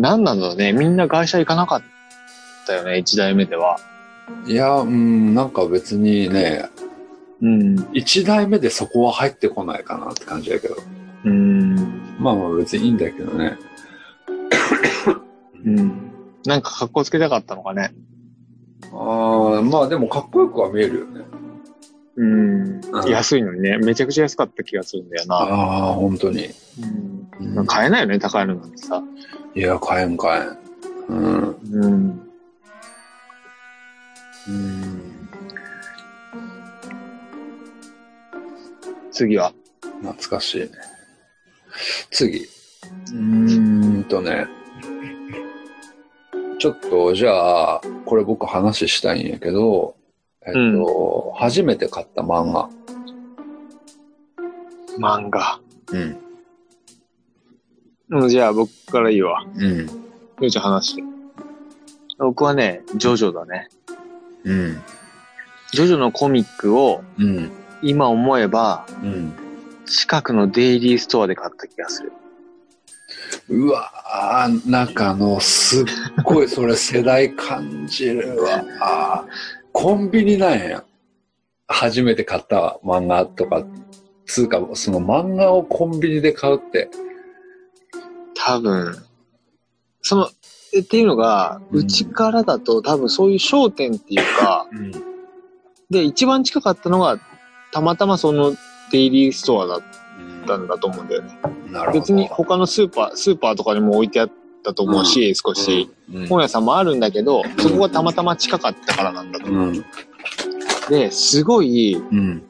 Speaker 3: なんなんだろうね。みんな会社行かなかったよね、一代目では。
Speaker 2: いや、うん、なんか別にね、
Speaker 3: うん。
Speaker 2: 一台目でそこは入ってこないかなって感じだけど。
Speaker 3: うん。
Speaker 2: まあまあ別にいいんだけどね。
Speaker 3: うん。なんか格好つけたかったのかね。
Speaker 2: ああ、まあでもかっこよくは見えるよね。
Speaker 3: うん
Speaker 2: うん
Speaker 3: 安いのにね、めちゃくちゃ安かった気がするんだよな。
Speaker 2: ああ、本当に。
Speaker 3: うん
Speaker 2: うん
Speaker 3: 買えないよね、高いのなんてさ。
Speaker 2: いや、買えん買えん。うん。
Speaker 3: うん。
Speaker 2: うん。
Speaker 3: 次は。
Speaker 2: 懐かしいね。次。うーんとね。ちょっと、じゃあ、これ僕話したいんやけど、えっと、初めて買った漫画。
Speaker 3: 漫画。
Speaker 2: うん。
Speaker 3: うん、じゃあ僕からいいわ。
Speaker 2: うん。
Speaker 3: ようちゃん話して。僕はね、ジョジョだね。
Speaker 2: うん。
Speaker 3: ジョジョのコミックを
Speaker 2: うん。
Speaker 3: 今思えば
Speaker 2: うん。
Speaker 3: 近くのデイリーストアで買った気がする。
Speaker 2: うわーなんかあの、すっごいそれ世代感じるわ。 (laughs) あーコンビニなんや。初めて買った漫画とか、つうか、その漫画をコンビニで買うって。
Speaker 3: 多分、その、えっていうのが、
Speaker 2: うん
Speaker 3: うちからだと多分そういう商店っていうか、
Speaker 2: うん。
Speaker 3: で、一番近かったのが、たまたまそのデイリーストアだったんだと思うんだよね。
Speaker 2: なるほど。
Speaker 3: 別に他のスーパー、スーパーとかにも置いてあったと思うし、少し。
Speaker 2: うん、
Speaker 3: 本屋さんもあるんだけど、そこがたまたま近かったからなんだと
Speaker 2: う
Speaker 3: 思う。
Speaker 2: ん。
Speaker 3: で、すごい、
Speaker 2: うん。うん。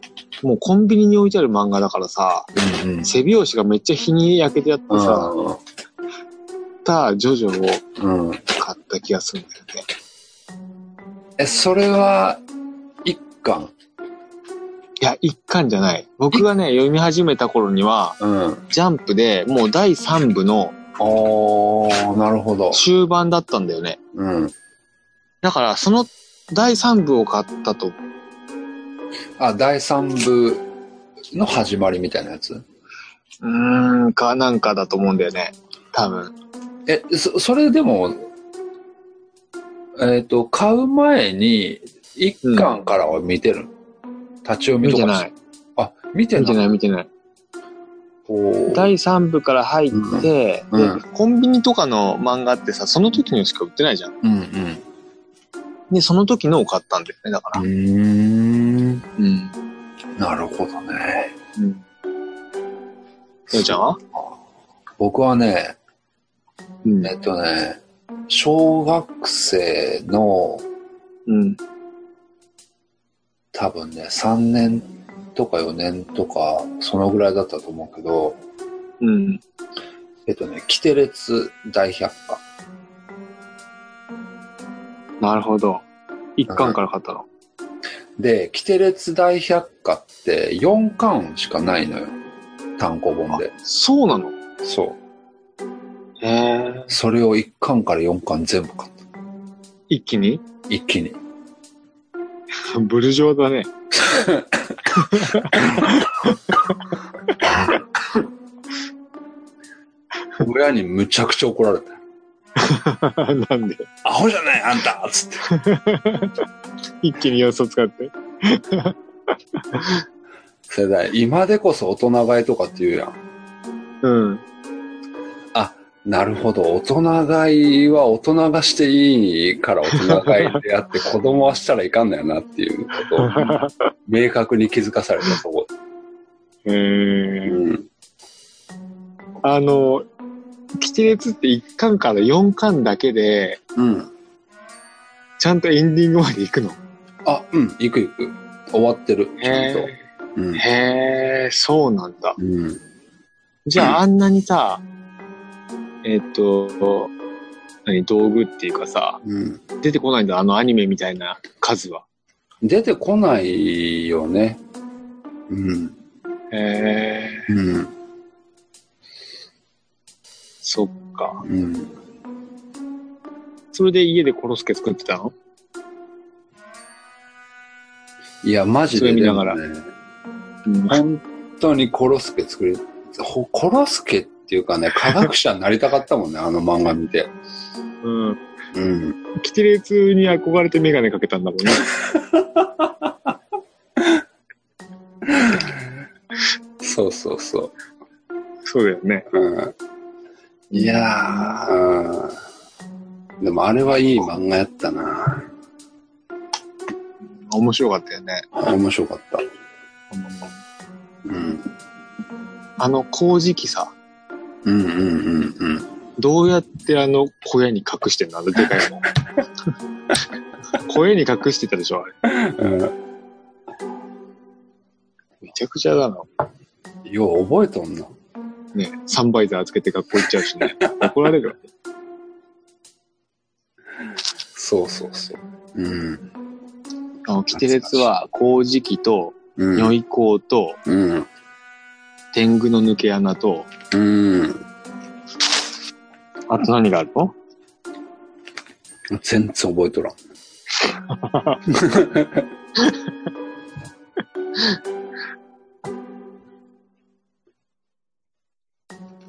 Speaker 3: もうコンビニに置いてある漫画だからさ、
Speaker 2: うん。
Speaker 3: 背拍子がめっちゃ日に焼けてあってさ、たジョジョを
Speaker 2: うん。うん。
Speaker 3: 買った気がするんだよね。
Speaker 2: え、それは、一巻。
Speaker 3: いや、一巻じゃない。僕がね、読み始めた頃には、
Speaker 2: うん。
Speaker 3: ジャンプでもう第3部の
Speaker 2: おー、なるほど。
Speaker 3: 終盤だったんだよね。
Speaker 2: うん。
Speaker 3: だから、その第3部を買ったと、
Speaker 2: あ、第三部の始まりみたいなやつ
Speaker 3: うーん、かなんかだと思うんだよね。多分。
Speaker 2: え、そ、それでも、えっ、と、買う前に一巻からは見てるの、立ち読み
Speaker 3: 見
Speaker 2: と
Speaker 3: て
Speaker 2: か
Speaker 3: な
Speaker 2: し
Speaker 3: い。
Speaker 2: あ、見て
Speaker 3: 見て
Speaker 2: ない。
Speaker 3: ない、見てない。
Speaker 2: おー
Speaker 3: 第3部から入って、
Speaker 2: うんうん
Speaker 3: でコンビニとかの漫画ってさ、その時のしか売ってないじゃん。
Speaker 2: うんうん。
Speaker 3: で、その時のを買ったんだよね、だか
Speaker 2: う
Speaker 3: ら。
Speaker 2: ーん。
Speaker 3: うん。
Speaker 2: なるほどね。
Speaker 3: うん。ようちゃんは
Speaker 2: 僕はね、
Speaker 3: うん
Speaker 2: えっとね、小学生の
Speaker 3: うん。
Speaker 2: 多分ね、3年とか4年とか、そのぐらいだったと思うけど、
Speaker 3: うん。
Speaker 2: えっとね、キテレツ大百科。
Speaker 3: なるほど。一巻から買ったの。
Speaker 2: で、キテレツ大百科って4巻しかないのよ。単行本で。
Speaker 3: そうなの
Speaker 2: そう。
Speaker 3: へえ。
Speaker 2: それを1巻から4巻全部買った。
Speaker 3: 一気に
Speaker 2: 一気に。
Speaker 3: ブルジョーだね。 (laughs)
Speaker 2: 親にむちゃくちゃ怒られた。
Speaker 3: なんで
Speaker 2: アホじゃないあんたつって。
Speaker 3: 一気に要素使って。
Speaker 2: 世代。今でこそ大人買いとかって言うやん。
Speaker 3: うん。
Speaker 2: なるほど。大人買いは大人がしていいから大人買いであって、子供はしたらいかんだよなっていうことを
Speaker 3: (laughs)
Speaker 2: 明確に気づかされたとこ
Speaker 3: へえ。
Speaker 2: うん。
Speaker 3: あの、キテレツって一巻から四巻だけで、
Speaker 2: うん。
Speaker 3: ちゃんとエンディングまで行くの。
Speaker 2: あ、うん。行く行く。終わってる。ちゃんと。うん
Speaker 3: え。へえ、そうなんだ。
Speaker 2: うん。
Speaker 3: じ (clears throat) ゃあ、あんなにさ、えっ、と、何、道具っていうかさ、
Speaker 2: うん。
Speaker 3: 出てこないんだ、あのアニメみたいな数は。
Speaker 2: 出てこないよね。うん。
Speaker 3: へえ、
Speaker 2: うん。
Speaker 3: そっか。
Speaker 2: うん。
Speaker 3: それで家でコロスケ作ってたの
Speaker 2: いや、マジ
Speaker 3: それ
Speaker 2: で、
Speaker 3: 見
Speaker 2: で
Speaker 3: な
Speaker 2: も
Speaker 3: がら
Speaker 2: ね、
Speaker 3: うん。
Speaker 2: 本当にコロスケ作り、ほコロスケっていうかね、科学者になりたかったもんね、あの漫画見て。
Speaker 3: うん。
Speaker 2: うん。
Speaker 3: キテレツに憧れてメガネかけたんだもんね。 (laughs)
Speaker 2: そうそうそ
Speaker 3: そうだよね。
Speaker 2: う。うん、いやー、うんでもあれはいい漫画やったな。
Speaker 3: 面白かったよね。
Speaker 2: 面白かった。
Speaker 3: うん
Speaker 2: うん。
Speaker 3: あの、工事機さ、
Speaker 2: うんうんうんうん。
Speaker 3: どうやってあの小屋に隠してんのあのでかい (laughs) の。小屋に隠してたでしょ、あれ。
Speaker 2: うん
Speaker 3: めちゃくちゃだな。
Speaker 2: よう覚えとんな。
Speaker 3: ね、サンバイザーつけて学校行っちゃうしね。怒られるわ。
Speaker 2: そうそうそう。うん。
Speaker 3: あの、キテレツは、工事機と、
Speaker 2: うん。
Speaker 3: 如意光と、
Speaker 2: うん。
Speaker 3: 天狗の抜け穴と、
Speaker 2: うん。
Speaker 3: あと何があるの
Speaker 2: 全然覚えとらん。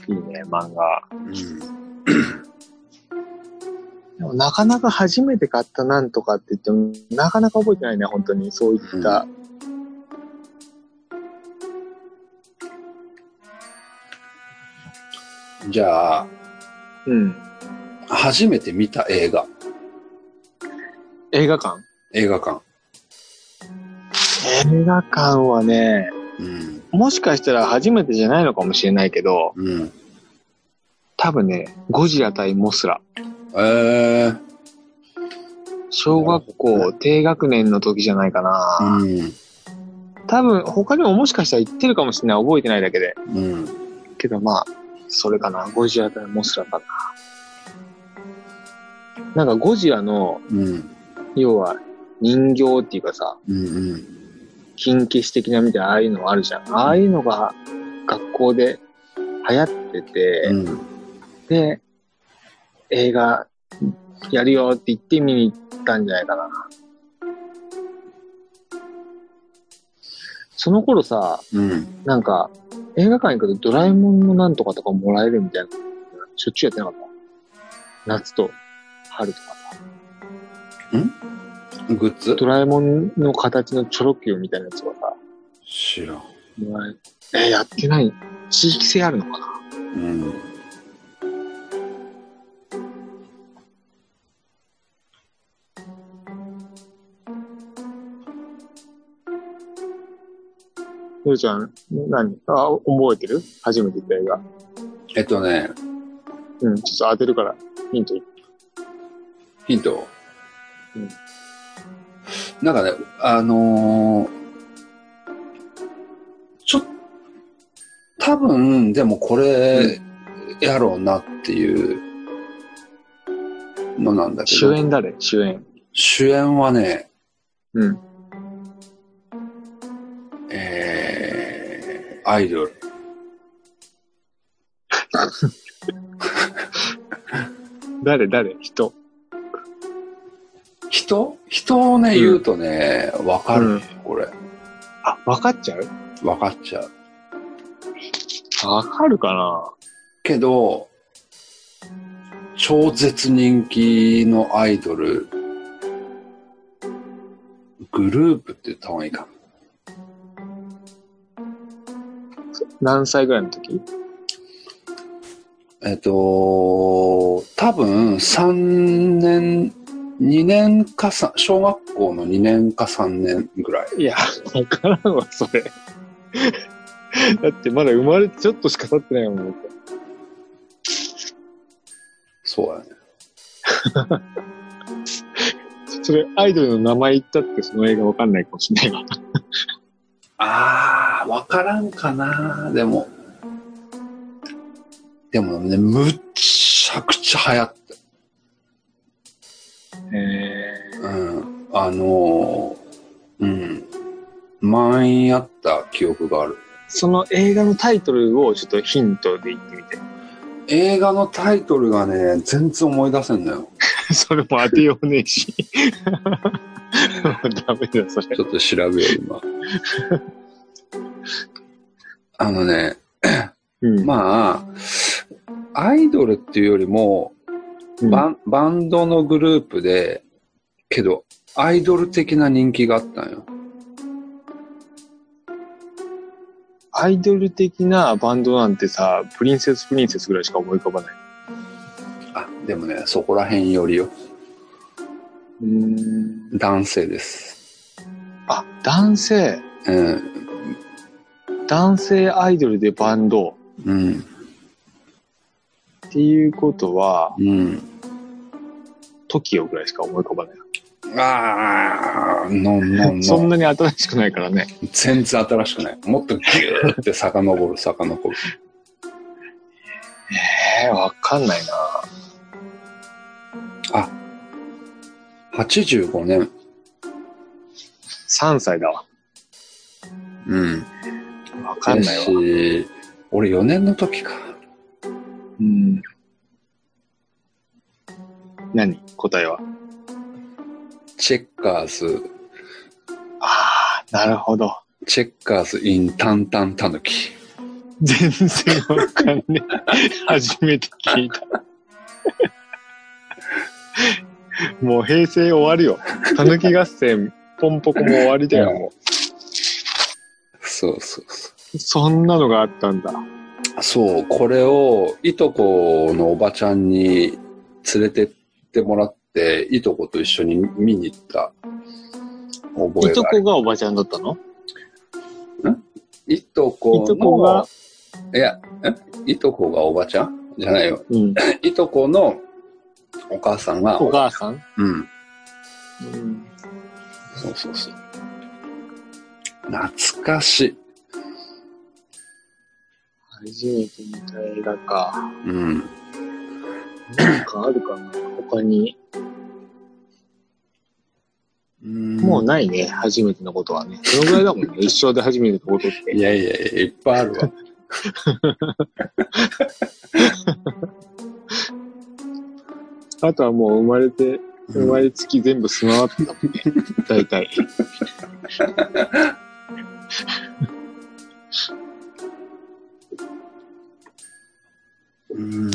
Speaker 3: いいね、漫画。
Speaker 2: うん。
Speaker 3: でもなかなか初めて買ったなんとかって言っても、なかなか覚えてないね、本当に。そういった。
Speaker 2: じゃあ、
Speaker 3: うん。
Speaker 2: 初めて見た映画、
Speaker 3: 映画館
Speaker 2: 映画館。
Speaker 3: 映画館はね、
Speaker 2: うん。
Speaker 3: もしかしたら初めてじゃないのかもしれないけど、
Speaker 2: うん。
Speaker 3: 多分ね、ゴジラ対モスラ。
Speaker 2: えー、
Speaker 3: 小学
Speaker 2: なるほど
Speaker 3: 校低学年の時じゃないかな。
Speaker 2: うん。
Speaker 3: 多分他にももしかしたら言ってるかもしれない。覚えてないだけで。
Speaker 2: うん。
Speaker 3: けどまあ、それかな。ゴジラ対モスラかな。なんかゴジラの、
Speaker 2: うん。
Speaker 3: 要は人形っていうかさ、
Speaker 2: うん。うん。
Speaker 3: 金消し的なみたいな、ああいうのあるじゃん。ああいうのが学校で流行ってて、
Speaker 2: うん。
Speaker 3: で、映画やるよって言って見に行ったんじゃないかな。その頃さ、
Speaker 2: うん。
Speaker 3: なんか映画館行くとドラえもんのなんとかとかもらえるみたいな、しょっちゅうやってなかった夏と春とかさ。
Speaker 2: グッズ
Speaker 3: ドラえもんの形のチョロ Q みたいなやつはさ、
Speaker 2: 知らん。
Speaker 3: もらええーやってない。地域性あるのかな
Speaker 2: うん。
Speaker 3: ゆうちゃん、何あ、覚えてる初めて行った映画。
Speaker 2: えっとね、
Speaker 3: うん、ちょっと当てるから、ヒント言って
Speaker 2: ヒント。
Speaker 3: うん
Speaker 2: なんかね、あのーちょ、多分、でもこれ、やろうなっていうのなんだけ
Speaker 3: 主
Speaker 2: ど。
Speaker 3: 演誰主演。
Speaker 2: 主演はね、
Speaker 3: うん。
Speaker 2: えー、アイドル。
Speaker 3: 誰誰人。
Speaker 2: 人人をね、
Speaker 3: うん
Speaker 2: 言うとね、わかる、
Speaker 3: うん
Speaker 2: これ。
Speaker 3: あ、わかっちゃう
Speaker 2: わかっちゃう。
Speaker 3: わかるかな
Speaker 2: けど、超絶人気のアイドル、グループって言った方がいいか。
Speaker 3: 何歳ぐらいの時
Speaker 2: えっと、多分3年、2年か3、小学校の2年か3年ぐらい。
Speaker 3: いや、わからんわ、それ。だってまだ生まれてちょっとしか経ってないもん。僕
Speaker 2: そうだね。
Speaker 3: それ、アイドルの名前言ったってその映画わかんないかもしれないわ。
Speaker 2: あー、わからんかなでも。でもね、むっちゃくちゃ流行った。
Speaker 3: え
Speaker 2: うん、あのーうん、満員やった記憶がある。
Speaker 3: その映画のタイトルをちょっとヒントで言ってみて。
Speaker 2: 映画のタイトルがね、全然思い出せんのよ。
Speaker 3: (laughs) それも当てようねえし。 (laughs) ダメだ、それ
Speaker 2: ち。ょっと調べよう、今。 (laughs) あのね、
Speaker 3: うん。
Speaker 2: まあ、アイドルっていうよりも、
Speaker 3: うん
Speaker 2: バンバンドのグループで、けど、アイドル的な人気があったんよ。
Speaker 3: アイドル的なバンドなんてさ、プリンセスプリンセスぐらいしか思い浮かばない。
Speaker 2: あ、でもね、そこら辺よりよ。
Speaker 3: うん。
Speaker 2: 男性です。
Speaker 3: あ、男性。
Speaker 2: うん、
Speaker 3: 男性アイドルでバンド。
Speaker 2: うん、
Speaker 3: っていうことは、
Speaker 2: うん。
Speaker 3: TOKIO ぐらいしか思い浮かばない。
Speaker 2: ああ、のんのん
Speaker 3: そん
Speaker 2: のん。
Speaker 3: なに新しくないからね。
Speaker 2: 全然新しくない。もっとギューって遡る、遡る。
Speaker 3: ええわかんないな。
Speaker 2: 85年。
Speaker 3: 3歳だわ。
Speaker 2: うん。
Speaker 3: わかんないわ。
Speaker 2: し、俺4年の時か。
Speaker 3: うん。何答えは。
Speaker 2: チェッカーズ、
Speaker 3: ああ、なるほど。
Speaker 2: チェッカーズインタンタンタヌキ。
Speaker 3: 全然わかんねえ。初めて聞いた。もう平成終わるよ。たぬき合戦、ポンポコも終わりだよ、も。
Speaker 2: そうそうそう
Speaker 3: そんなのがあったんだ。
Speaker 2: う。そう、これを、いとこのおばちゃんに連れてってもらって、いとこと一緒に見に行った覚
Speaker 3: い
Speaker 2: え
Speaker 3: と
Speaker 2: がある
Speaker 3: こがおばちゃんだったの
Speaker 2: いと
Speaker 3: い
Speaker 2: こ
Speaker 3: とこが
Speaker 2: の、、いや、えいとこがおばちゃんじゃないよ。
Speaker 3: うん、
Speaker 2: いとこのお母さんが、
Speaker 3: お母さん、
Speaker 2: うん。
Speaker 3: うん、
Speaker 2: そうそうそう。懐かしい。
Speaker 3: 初めて見た映画か。
Speaker 2: うん。
Speaker 3: なんかあるかな他に。も
Speaker 2: も
Speaker 3: うないね、初めてのことはね。そのぐらいだも (laughs) んね、一生で初めてのことって。
Speaker 2: いやいやいや、いっぱいあるわ。
Speaker 3: あとはもう生まれて、生 (laughs) まれつき全部備わってたもんね。 (laughs) 大体。
Speaker 2: うん。
Speaker 3: い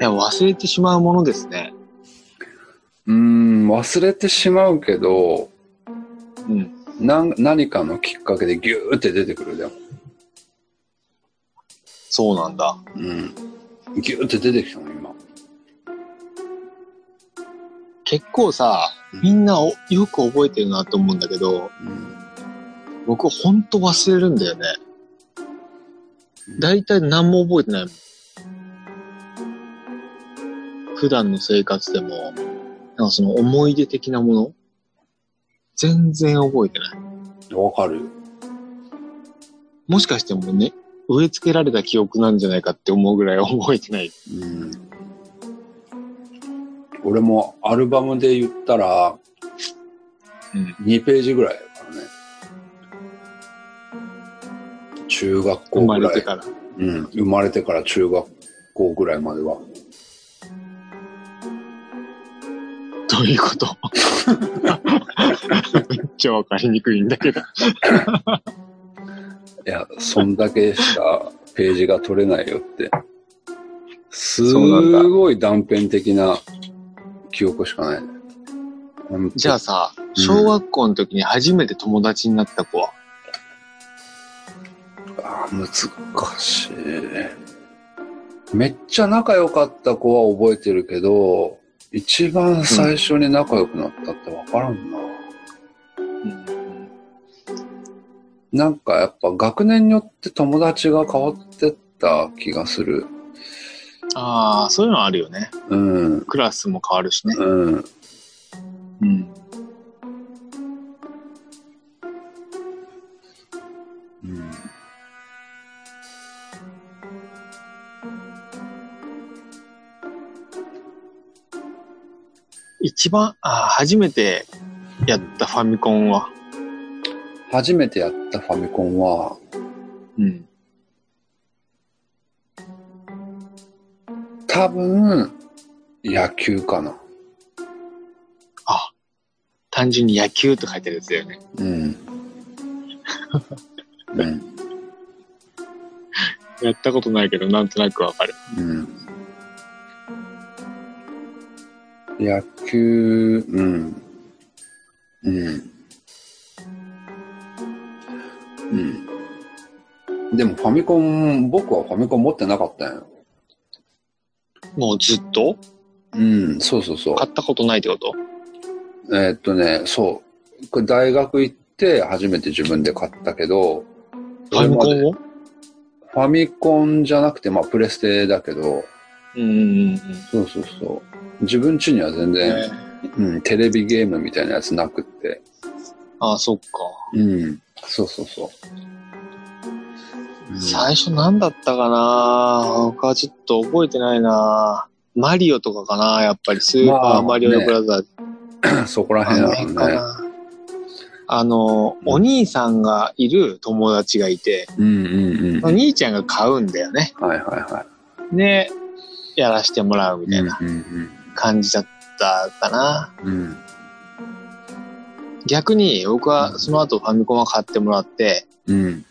Speaker 3: や、忘れてしまうものですね。
Speaker 2: うん、忘れてしまうけど、
Speaker 3: うん。
Speaker 2: なん何かのきっかけでギューって出てくるでも、
Speaker 3: そうなんだ。
Speaker 2: うん、ギューって出てきたの今
Speaker 3: 結構さ、みんなおよく覚えてるなと思うんだけど、
Speaker 2: うん
Speaker 3: 僕ほんと忘れるんだよね。大体何も覚えてないもん。普段の生活でも、なんかその思い出的なもの全然覚えてない。
Speaker 2: わかるよ
Speaker 3: もしかしてもうね、植え付けられた記憶なんじゃないかって思うぐらい覚えてない。
Speaker 2: うん、俺もアルバムで言ったら
Speaker 3: うん。
Speaker 2: 2ページぐらいだからね中学
Speaker 3: 生
Speaker 2: 校
Speaker 3: ま
Speaker 2: ぐ
Speaker 3: れ
Speaker 2: ら
Speaker 3: て
Speaker 2: い
Speaker 3: から。
Speaker 2: うん、生まれてから中学校ぐらいまでは
Speaker 3: どういうことめっちゃわかりにくいんだけど。
Speaker 2: いやそんだけしかページが取れないよってす
Speaker 3: うなんだ
Speaker 2: ごい断片的な記憶しかないほんと
Speaker 3: じゃあさ、小学校の時に初めて友達になった子は、
Speaker 2: あー難しい。めっちゃ仲良かった子は覚えてるけど、一番最初に仲良くなったってわからんな。なんかやっぱ学年によって友達が変わってった気がする。
Speaker 3: ああ、そういうのあるよね。
Speaker 2: うん。
Speaker 3: クラスも変わるしね。
Speaker 2: うん。
Speaker 3: うん。
Speaker 2: うん、
Speaker 3: 一番、ああ、初めてやったファミコンは、
Speaker 2: 初めてやったファミコンは、
Speaker 3: うん。
Speaker 2: 多分、野球かな。
Speaker 3: あ、単純に野球って書いてるやつだよね。
Speaker 2: うん。うん。
Speaker 3: やったことないけど、なんとなくわかる。
Speaker 2: うん野球、うん。うん。うん。でもファミコン、僕はファミコン持ってなかったんよ。
Speaker 3: もうずっと
Speaker 2: うん、そうそうそう。
Speaker 3: 買ったことないってこと
Speaker 2: えーっとね、そう。これ大学行って初めて自分で買ったけど、
Speaker 3: ファミコンを
Speaker 2: ファミコンじゃなくて、まあプレステだけど、
Speaker 3: うんうんうん。
Speaker 2: そうそうそう。自分家には全然、
Speaker 3: えー
Speaker 2: うん、テレビゲームみたいなやつなくって。
Speaker 3: ああ、そっか。
Speaker 2: うん。そうそうそう。うん
Speaker 3: 最初何だったかな僕はちょっと覚えてないなマリオとかかなやっぱり。スー
Speaker 2: ま
Speaker 3: パ
Speaker 2: あ
Speaker 3: ーマリオブラザーズ。
Speaker 2: そこら
Speaker 3: あ
Speaker 2: 辺
Speaker 3: の
Speaker 2: は
Speaker 3: 辺か
Speaker 2: ね。
Speaker 3: な。あの、
Speaker 2: うん
Speaker 3: お兄さんがいる友達がいて、
Speaker 2: うんうんうん。
Speaker 3: お
Speaker 2: はい
Speaker 3: 兄ちゃんが買うんだよね。
Speaker 2: はいは
Speaker 3: で、やらしてもらうみ
Speaker 2: い。
Speaker 3: たい
Speaker 2: うん
Speaker 3: な
Speaker 2: うん
Speaker 3: 感じだったかな。
Speaker 2: うん。
Speaker 3: 逆に僕はその後ファミコンは買ってもらって、
Speaker 2: うん。うん。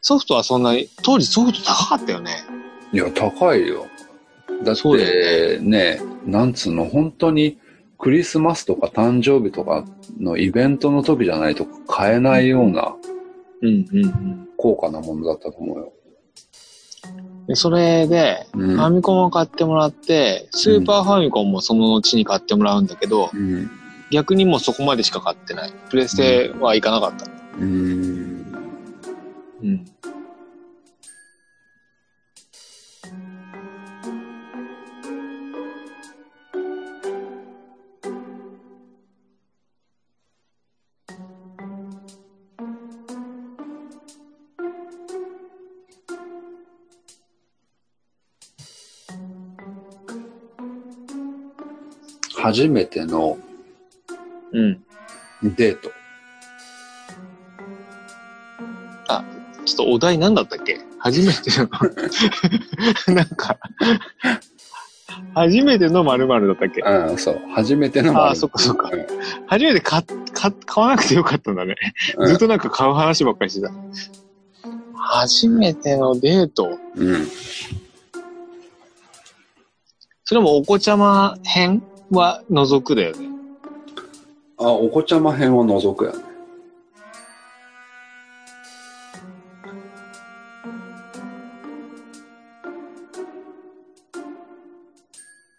Speaker 3: ソフトはそんなに、当時ソフト高かったよね。
Speaker 2: いや、高いよ。だっ
Speaker 3: そうだ
Speaker 2: てね、なんつうの、本当にクリスマスとか誕生日とかのイベントの時じゃないと買えないような
Speaker 3: うんうんうん。
Speaker 2: 高価なものだったと思うよ。
Speaker 3: でそれで、
Speaker 2: う
Speaker 3: ファ
Speaker 2: ん。
Speaker 3: ミコンを買ってもらって、スーパーファミコンもその後に買ってもらうんだけど、
Speaker 2: うん。
Speaker 3: 逆にもうそこまでしか買ってない。プレステはいかなかった。
Speaker 2: うん。
Speaker 3: うん。
Speaker 2: 初めての
Speaker 3: うん。
Speaker 2: デート。
Speaker 3: ちょっとお題何だったっけ初めての (laughs) なんか、初めての〇〇だったっけ
Speaker 2: うん、そう。初めてのもる
Speaker 3: あーそっかそっか
Speaker 2: うん
Speaker 3: 初めて買っ、買、買わなくてよかったんだね。
Speaker 2: うん
Speaker 3: ずっとなんか買う話ばっかりしてた。初めてのデート
Speaker 2: うん。
Speaker 3: それもお子ちゃま編は除くだよね。
Speaker 2: あ、お子ちゃま編を除くやね。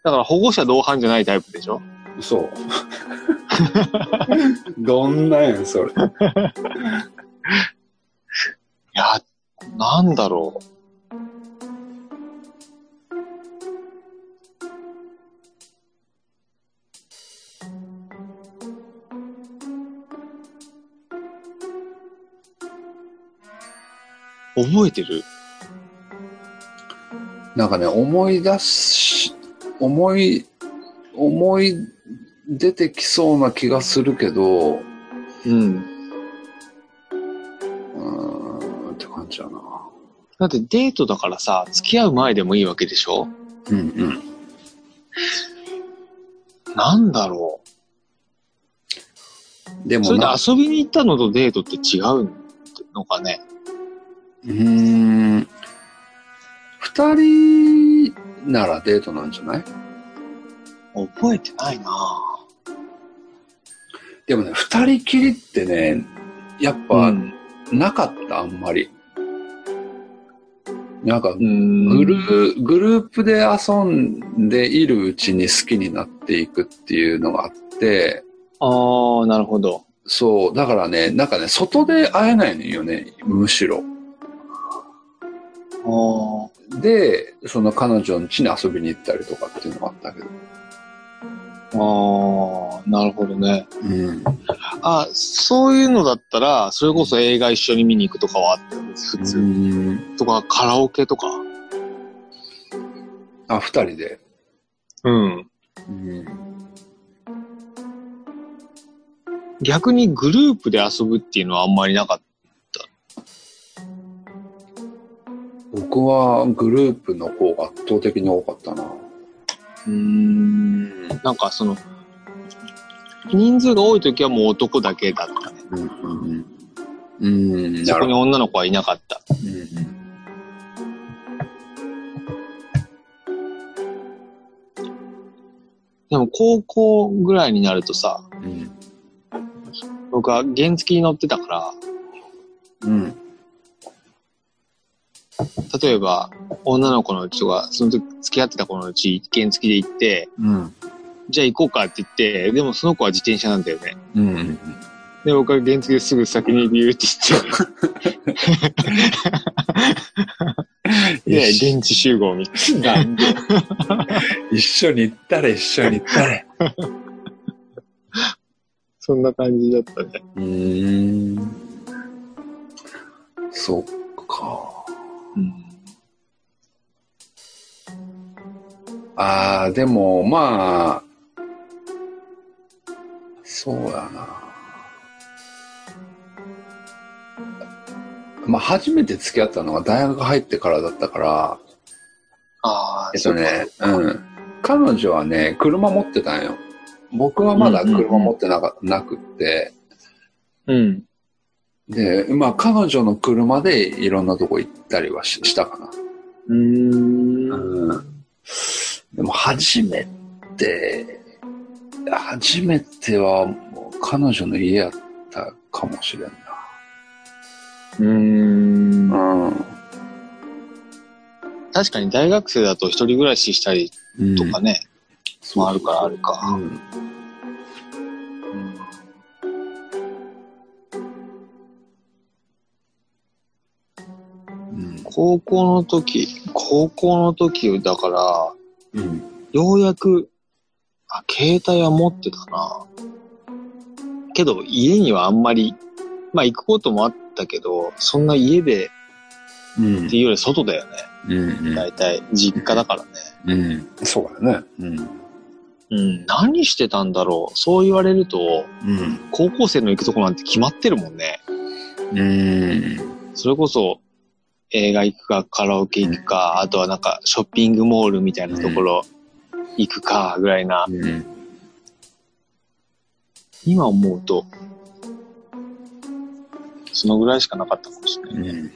Speaker 3: だから保護者同伴じゃないタイプでしょ (laughs)
Speaker 2: そう。どんなんやん、それ。
Speaker 3: いや、なんだろう。覚えてる
Speaker 2: なんかね、思い出し、思い、思い出てきそうな気がするけど、う
Speaker 3: うん。
Speaker 2: ーん、って感じやな。
Speaker 3: だってデートだからさ、付き合う前でもいいわけでしょ
Speaker 2: うんうん。
Speaker 3: なんだろ
Speaker 2: で
Speaker 3: う。
Speaker 2: も
Speaker 3: それで
Speaker 2: な、
Speaker 3: 遊びに行ったのとデートって違うのかね
Speaker 2: うーん、二人ならデートなんじゃない
Speaker 3: 覚えてないなぁ。
Speaker 2: でもね、二人きりってね、やっぱ
Speaker 3: うん
Speaker 2: なかった、あんまり。なんか、
Speaker 3: グ
Speaker 2: グルーグループで遊んでいるうちに好きになっていくっていうのがあって、
Speaker 3: ああ、なるほど。
Speaker 2: そう、だからね、なんかね、外で会えないのよね、むしろ。
Speaker 3: あ
Speaker 2: で、その彼女の家に遊びに行ったりとかっていうのがあったけど。
Speaker 3: あ、ああ、なるほどね。
Speaker 2: うん。
Speaker 3: あそういうのだったら、それこそ映画一緒に見に行くとかはあったよね普通、
Speaker 2: うん
Speaker 3: とか、カラオケとか。
Speaker 2: あ、二人で。
Speaker 3: うん。
Speaker 2: うん。
Speaker 3: 逆にグループで遊ぶっていうのはあんまりなかっ
Speaker 2: 僕はグループの方が圧倒的に多かったな。
Speaker 3: た。うん。なんかその、人数が多い時はもう男だけだったね。
Speaker 2: うん。うん。うん。
Speaker 3: そ
Speaker 2: な
Speaker 3: こ
Speaker 2: る
Speaker 3: に
Speaker 2: ほど。
Speaker 3: 女の子はいなかった。
Speaker 2: うん
Speaker 3: でも高校ぐらいになるとさ、
Speaker 2: うん。
Speaker 3: 僕は原付に乗ってたから、
Speaker 2: うん。
Speaker 3: 例えば、女の子のうちとか、その時付き合ってた子のうち、原付で行って、
Speaker 2: うん。
Speaker 3: じゃあ行こうかって言って、でもその子は自転車なんだよね。
Speaker 2: うん。
Speaker 3: で、僕は原付ですぐ先にビューって行って、で、現地集合みたい
Speaker 2: なんで (laughs) 一緒に行ったれ、一緒に行ったれ。
Speaker 3: な。そんな感じだったね。
Speaker 2: うーん。そっか。ああ、でも、まあ、そうやな。まあ、初めて付き合ったのが大学入ってからだったから、
Speaker 3: ああ、
Speaker 2: えっとね、うん。彼女はね、車持ってたんよ。僕はまだ車持ってなか、なくって、
Speaker 3: うん。
Speaker 2: で、まあ彼女の車でいろんなとこ行ったりはししたかな。
Speaker 3: うーん。
Speaker 2: うん。でも初めて、初めてはもう彼女の家やったかもしれん
Speaker 3: うん
Speaker 2: な。うん。
Speaker 3: 確かに大学生だと一人暮らししたり
Speaker 2: うん、
Speaker 3: とかね、
Speaker 2: そう
Speaker 3: まああるからあるか。
Speaker 2: うん。うん。
Speaker 3: 高校の時、高校の時だか
Speaker 2: う
Speaker 3: ら、
Speaker 2: ん。
Speaker 3: ようやく、あ、携帯は持ってたな。けど、家にはあんまり、まあ行くこともあったけど、そんな家でっ
Speaker 2: うん
Speaker 3: ていうより外だよね。
Speaker 2: うん。
Speaker 3: 大体、実家だからね。
Speaker 2: うん。そうだね。うん。
Speaker 3: うん、何してたんだろう。そう言われると、
Speaker 2: うん。
Speaker 3: 高校生の行くとこなんて決まってるもんね。
Speaker 2: うん。
Speaker 3: それこそ、映画行くか、カラオケ行くか、あとはなんか、ショッピングモールみたいなところ行くか、ぐらいな。
Speaker 2: うん。
Speaker 3: 今思うと、そのぐらいしかなかったかもしれない。
Speaker 2: うん。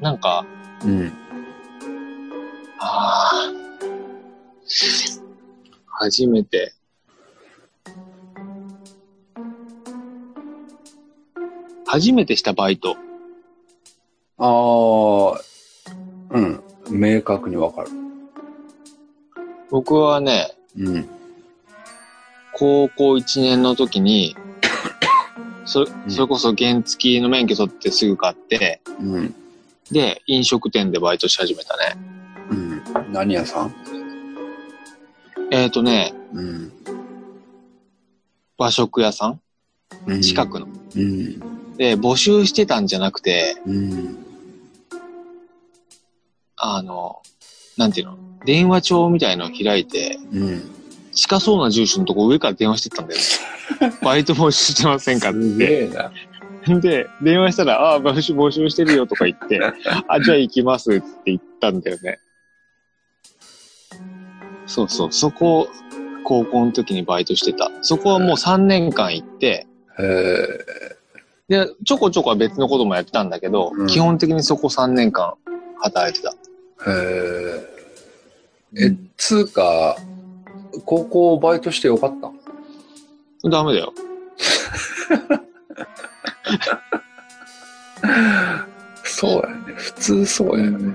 Speaker 3: なんか、
Speaker 2: うん。
Speaker 3: ああ。初めて。初めてしたバイト。
Speaker 2: ああ、うん。明確にわかる。
Speaker 3: 僕はね、
Speaker 2: うん。
Speaker 3: 高校1年の時に、それそれこそ原付きの免許取ってすぐ買って、
Speaker 2: うん。
Speaker 3: で、飲食店でバイトし始めたね。
Speaker 2: うん。何屋さん
Speaker 3: えっ、ー、とね、
Speaker 2: うん。
Speaker 3: 和食屋さ
Speaker 2: うん
Speaker 3: ん近。くの。
Speaker 2: うん。
Speaker 3: で、募集してたんじゃなくて、
Speaker 2: うん。
Speaker 3: あの、なんていうの、電話帳みたいのを開いて、
Speaker 2: うん。
Speaker 3: 近そうな住所のとこ上から電話してったんだよ。
Speaker 2: (laughs)
Speaker 3: バイト募集してませんかっ
Speaker 2: す
Speaker 3: て。
Speaker 2: げえな。
Speaker 3: で、電話したら、ああ、募集募集してるよとか
Speaker 2: (laughs)
Speaker 3: 言って、あ、じゃあ行きますって言ったんだよね。そうそう、そこ、高校の時にバイトしてた。そこはもう3年間行って、
Speaker 2: へえ
Speaker 3: で、ちょこちょこは別のこともやってたんだけど、
Speaker 2: うん
Speaker 3: 基本的にそこ3年間働いてた。
Speaker 2: へええ、つうか、高校バイトしてよかった
Speaker 3: ダメだよ。
Speaker 2: そうやね。普通そうやね。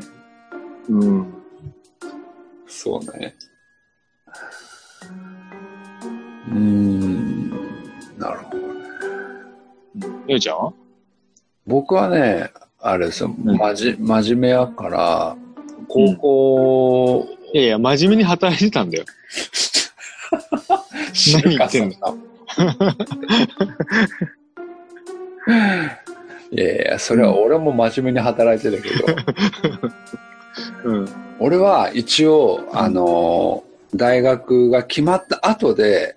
Speaker 3: うん。
Speaker 2: そうね。うーん。なるほど。
Speaker 3: ゆうちゃんは
Speaker 2: 僕はね、あれですよ、
Speaker 3: うん
Speaker 2: まじ、真面目やから、高校、
Speaker 3: いやいや、真面目に働いてたん
Speaker 2: (laughs)
Speaker 3: だよ。何言ってんの
Speaker 2: の (laughs) いやいや、それは俺も真面目に働いてたけど、
Speaker 3: うん。
Speaker 2: 俺は一応、あの、大学が決まった後で、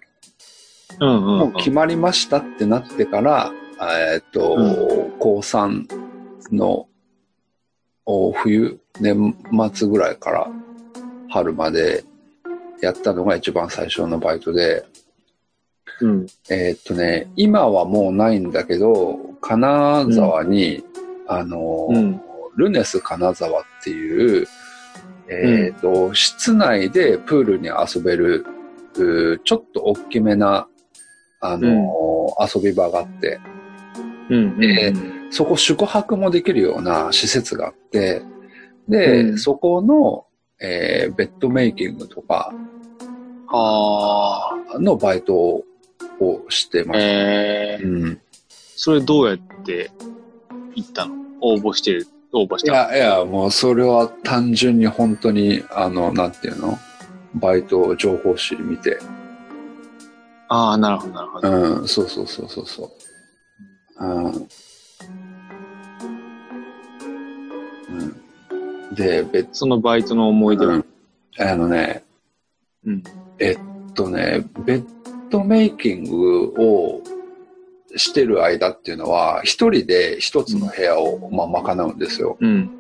Speaker 3: うんうん、
Speaker 2: も
Speaker 3: う。
Speaker 2: うん決まりましたってなってから、えーっと、
Speaker 3: う
Speaker 2: 高3のお冬、年末ぐらいから春までやったのが一番最初のバイトで、
Speaker 3: うん。
Speaker 2: えーっとね、今はもうないんだけど、金沢に、あの、
Speaker 3: うん。
Speaker 2: ルネス金沢っていう、えーっと、室内でプールに遊べる、うーちょっと大きめな、あの、遊び場があって、
Speaker 3: うん。
Speaker 2: でそこ宿泊もできるような施設があって、で、
Speaker 3: うん
Speaker 2: そこの、えーベッドメイキングとか
Speaker 3: ああ。
Speaker 2: のバイトをしてました。
Speaker 3: えー、
Speaker 2: うん、
Speaker 3: それどうやって行ったの応募してる。応募し
Speaker 2: い
Speaker 3: た。
Speaker 2: やいや、もうそれは単純に本当に、あの、なんていうのバイト情報誌見て。
Speaker 3: ああ、なるほど、なるほど。
Speaker 2: うん、そうそうそうそうそう。うん。うん、で、ベッ
Speaker 3: そのバイトの思い出
Speaker 2: ド、
Speaker 3: は。
Speaker 2: あのね、
Speaker 3: うん。
Speaker 2: えっとね、ベッドメイキングをしてる間っていうのは、一人で一つの部屋を、まあ、賄うんですよ。
Speaker 3: うん。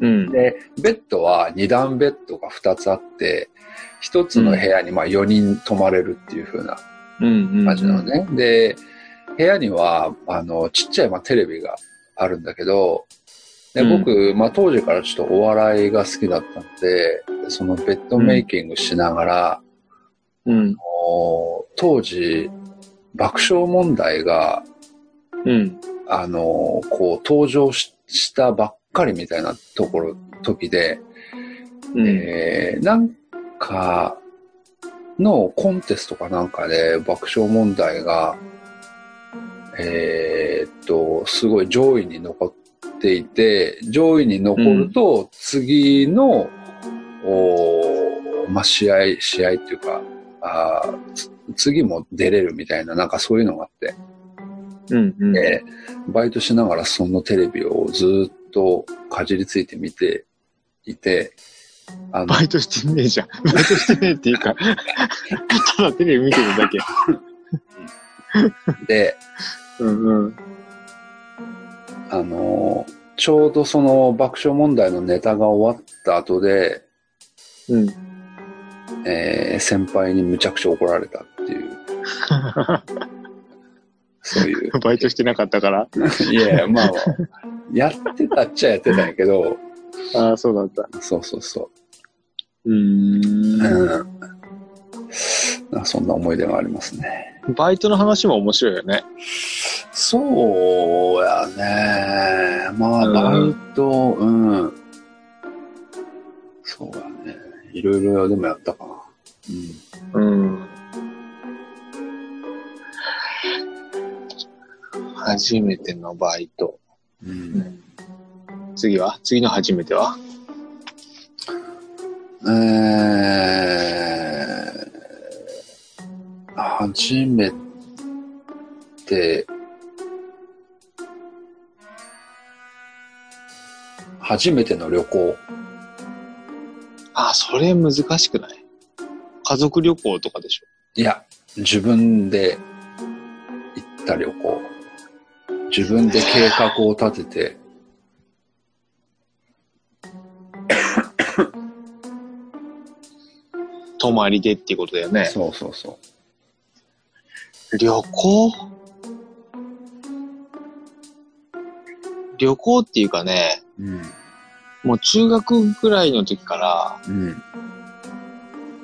Speaker 3: うん。
Speaker 2: で、ベッドは二段ベッドが二つあって、一つの部屋にまあ4人泊まれるっていう風な
Speaker 3: うん。うん。
Speaker 2: 感じなの。ね。で、部屋には、あの、ちっちゃいまあテレビがあるんだけど、で
Speaker 3: うん
Speaker 2: 僕、まあ当時からちょっとお笑いが好きだったんで、そのベッドメイキングしながら、
Speaker 3: うん。
Speaker 2: もう当時、爆笑問題が、
Speaker 3: うん。
Speaker 2: あの、こう、登場ししたばっかりみたいなところ、時で、
Speaker 3: うん。
Speaker 2: えーなんか、のコンテストかなんかで爆笑問題が、えーっと、すごい上位に残っていて、上位に残ると、次の、おーまあ、試合、試合っていうか、あーつ次も出れるみたいな、なんかそういうのがあって、
Speaker 3: うん。うん。
Speaker 2: でバイトしながらそのテレビをずーっとかじりついて見ていて、あの
Speaker 3: バイトしてねえじゃん。バイトしてねえっていうか、ただテレビ見てるだけ。
Speaker 2: で、
Speaker 3: うんうん。
Speaker 2: あのーちょうどその爆笑問題のネタが終わった後で、
Speaker 3: うん。 (laughs)
Speaker 2: えー先輩にむちゃくちゃ怒られたっていう、そういう。 (laughs)
Speaker 3: バイトしてなかったから。
Speaker 2: いやいや、まあ、やってたっちゃやってたんやけど、
Speaker 3: ああ、そうだった。
Speaker 2: そうそうそう
Speaker 3: ー
Speaker 2: う。
Speaker 3: ん。
Speaker 2: うん。なんかそんな思い出がありますね。
Speaker 3: バイトの話も面白いよね。
Speaker 2: そうやね。まあ、
Speaker 3: うん
Speaker 2: バイト、うん。そうやね。いろいろでもやったかな。
Speaker 3: うん。初めてのバイト。
Speaker 2: うん。うん
Speaker 3: 次は次の初めては
Speaker 2: えー、初めて、初めての旅行。
Speaker 3: あ、それ難しくない家族旅行とかでしょ
Speaker 2: いや、自分で行った旅行。自分で計画を立てて、
Speaker 3: 泊まりでっていうことだよね。
Speaker 2: そうそうそ
Speaker 3: 旅行旅行っていうかね、
Speaker 2: う。うん。
Speaker 3: もう中学ぐらいの時から、
Speaker 2: うん。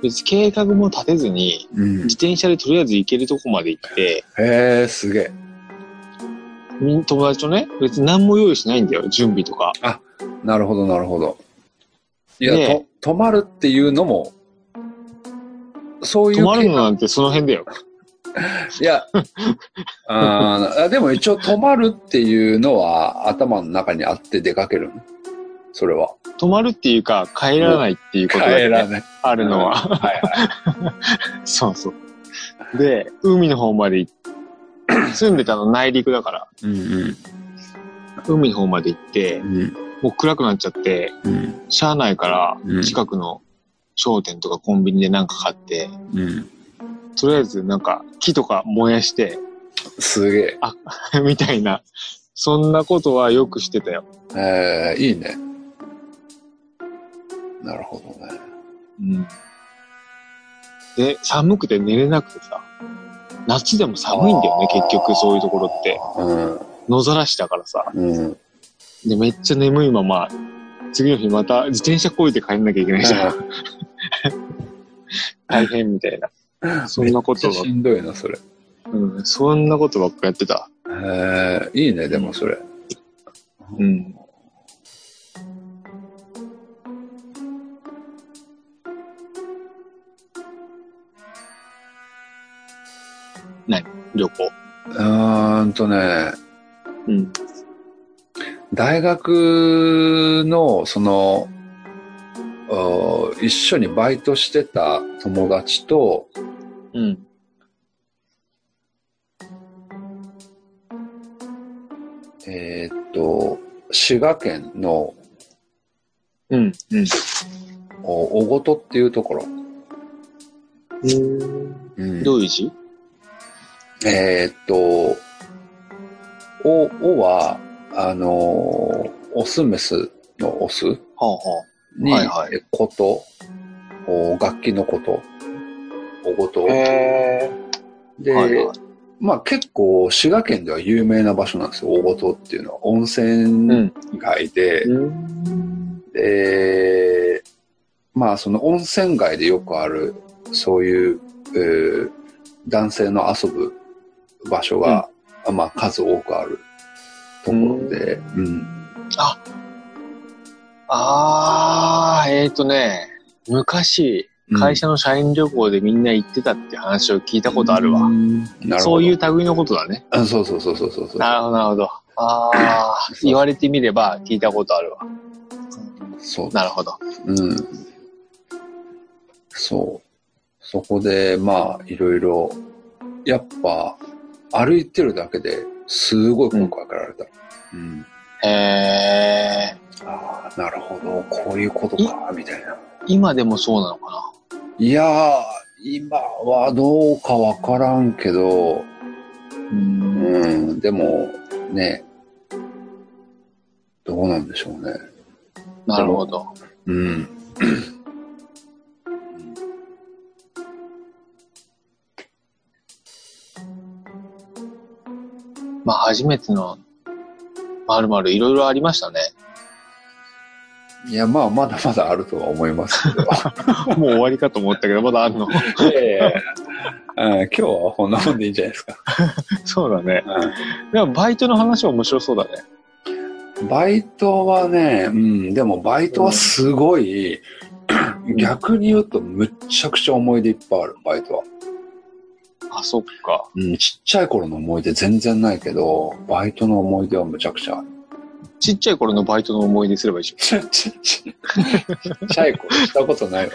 Speaker 3: 別に計画も立てずに、
Speaker 2: うん
Speaker 3: 自。転車でとりあえず行けるとこまで行って、
Speaker 2: へえー、すげえ。
Speaker 3: みん友達とね、別に何も用意しないんだよ、準備とか。
Speaker 2: なるほど、なるほど。いや、
Speaker 3: ね
Speaker 2: と、止まるっていうのも、そういう
Speaker 3: 泊まる
Speaker 2: 計
Speaker 3: のなんてその辺だよ。
Speaker 2: い (laughs) や、あーでも一応止まるっていうのは頭の中にあって出かけるのそれは。
Speaker 3: 泊まるっていうか、帰らないっていうことだ
Speaker 2: 帰
Speaker 3: よ
Speaker 2: ら
Speaker 3: ね。
Speaker 2: ない。
Speaker 3: あるのは。
Speaker 2: はいはい。
Speaker 3: そうそう。で、海の方まで行っ
Speaker 2: (coughs)
Speaker 3: 住んでたの内陸だから、
Speaker 2: (laughs) うんうん。
Speaker 3: 海の方まで行って
Speaker 2: う、ん
Speaker 3: もう暗くなっちゃって、
Speaker 2: うん
Speaker 3: 車内か
Speaker 2: う
Speaker 3: ら
Speaker 2: ん
Speaker 3: 近くの商店とかコンビニでなんか買って、
Speaker 2: うん。
Speaker 3: とりあえずなんか木とか燃やして、 (laughs)
Speaker 2: すげえ
Speaker 3: みたいな、そんなことはよくしてたよ。。
Speaker 2: えー、いいね。なるほどね。
Speaker 3: うん。で、寒くて寝れなくてさ、夏でも寒いんだよね、結局そういうところって。野ざらしだからさ。
Speaker 2: うん。うん。
Speaker 3: で、めっちゃ眠いまま、次の日また自転車こいで帰んなきゃいけないじゃん。大変みたいな。そんなこ
Speaker 2: めっち
Speaker 3: と
Speaker 2: ゃ
Speaker 3: ばっ
Speaker 2: し、んどいな、それ。
Speaker 3: うん、そんなことばっかやってた。
Speaker 2: えー、いいね、でもそれ。
Speaker 3: うん。何旅行。
Speaker 2: うーんとね、
Speaker 3: うん。
Speaker 2: 大学の、その、お一緒にバイトしてた友達と、
Speaker 3: うん。
Speaker 2: えーっと、滋賀県の
Speaker 3: うん。うん。
Speaker 2: お小琴っていうところ。うん
Speaker 3: どういう字
Speaker 2: えーっと、お、おは、あのー、オスメスのオス
Speaker 3: はあは
Speaker 2: に、
Speaker 3: はいはい
Speaker 2: えこと、お楽器のこと、おこと。
Speaker 3: へ
Speaker 2: で、
Speaker 3: はいはい
Speaker 2: まあ結構滋賀県では有名な場所なんですよ、大ごとっていうのは。温泉
Speaker 3: ん。
Speaker 2: 街で、
Speaker 3: うん。
Speaker 2: で、まあその温泉街でよくある、そういう、えー男性の遊ぶ場所が、まあ数多くあるところで、うん。
Speaker 3: あー、えっ、ー、とね、昔、会社の社員旅行でみんな行ってたって話を聞いたことあるわ。
Speaker 2: うん。なるほど。
Speaker 3: そういう類のことだね。
Speaker 2: あ。そうそうそうそうそうそう。
Speaker 3: なるほど、なるほど。ああ、言われてみれば聞いたことあるわ。
Speaker 2: そう
Speaker 3: なるほど。
Speaker 2: うん。そう。そこで、まあ、いろいろ、やっぱ、歩いてるだけですごい声かけられた。うん。
Speaker 3: えー、
Speaker 2: ああ、なるほど。こういうことか、みたいな。
Speaker 3: 今でもそうなのか
Speaker 2: いやー、今はどうかわからんけど、
Speaker 3: なうん。
Speaker 2: うん、でも、ね、どうなんでしょうね。
Speaker 3: なるほど。
Speaker 2: うん。
Speaker 3: まあ、初めてのまるまるいろいろありましたね。
Speaker 2: いや、まあ、まだまだあるとは思いますけど。
Speaker 3: (laughs) もう終わりかと思ったけど、まだあるの。
Speaker 2: いやいやいやうん今日はこんなもんでいいんじゃないですか。
Speaker 3: (laughs) そうだね。でもバイトの話は面白そうだね。
Speaker 2: バイトはね、うん、でもバイトはすごい、逆に言うとむっちゃくちゃ思い出いっぱいある、バイトは。
Speaker 3: あ、そっか。
Speaker 2: うん、ちっちゃい頃の思い出全然ないけど、バイトの思い出はむちゃくちゃある。
Speaker 3: ちっちゃい頃のバイトの思い出すればいいじ
Speaker 2: ちっちゃいちっちゃい頃したことないわ。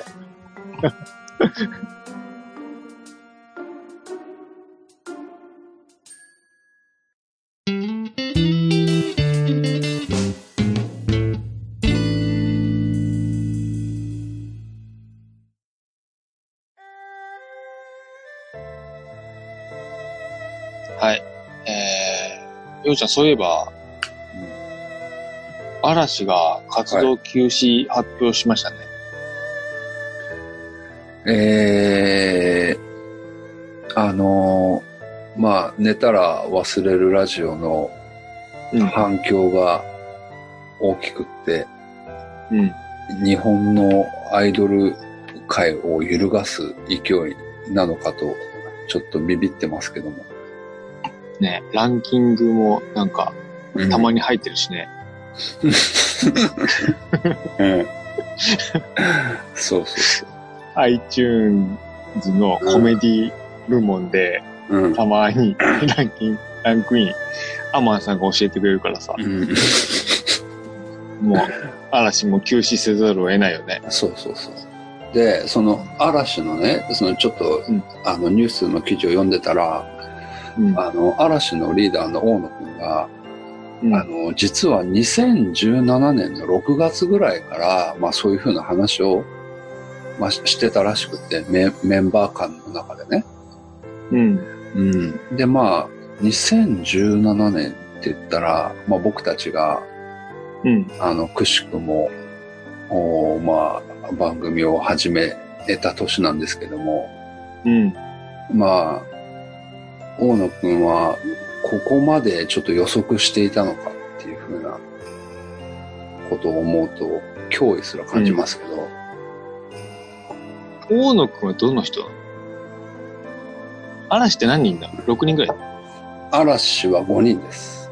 Speaker 3: ゃん。はい。えー、ようちゃん、そういえば、嵐が活動休止発表しましたね。
Speaker 2: えー、あのーまあ、寝たら忘れるラジオの反響が大きくって、
Speaker 3: うん。うん。
Speaker 2: 日本のアイドル界を揺るがす勢いなのかと、ちょっとビビってますけども。
Speaker 3: ね、ランキングもなんか、たまに入ってるしね。
Speaker 2: うん。 (laughs) そうそうそ
Speaker 3: iTunes のコメディ部門で、
Speaker 2: う。うん。
Speaker 3: たまにランキン、ランクイン、アマンさんが教えてくれるからさ、
Speaker 2: うん、
Speaker 3: もう、嵐も休止せざるを得ないよね。
Speaker 2: そうそうそう。で、その嵐のね、そのちょっと、
Speaker 3: うん
Speaker 2: あのニュースの記事を読んでたら、
Speaker 3: うん。
Speaker 2: あの、嵐のリーダーの大野くんが、
Speaker 3: うん
Speaker 2: あの、実は2017年の6月ぐらいから、まあそういうふうな話を、まあししてたらしくて、メメンバー間の中でね。
Speaker 3: うん。
Speaker 2: うん。で、まあ、2017年って言ったら、まあ僕たちが、
Speaker 3: うん。
Speaker 2: あの、くしくも、おーまあ、番組を始めた年なんですけども、
Speaker 3: うん。
Speaker 2: まあ、大野くんは、ここまでちょっと予測していたのかっていうふうなことを思うと、脅威すら感じますけど、
Speaker 3: 大野くんはどの人なの嵐って何人だ ?6 人ぐらい
Speaker 2: 嵐は5人です。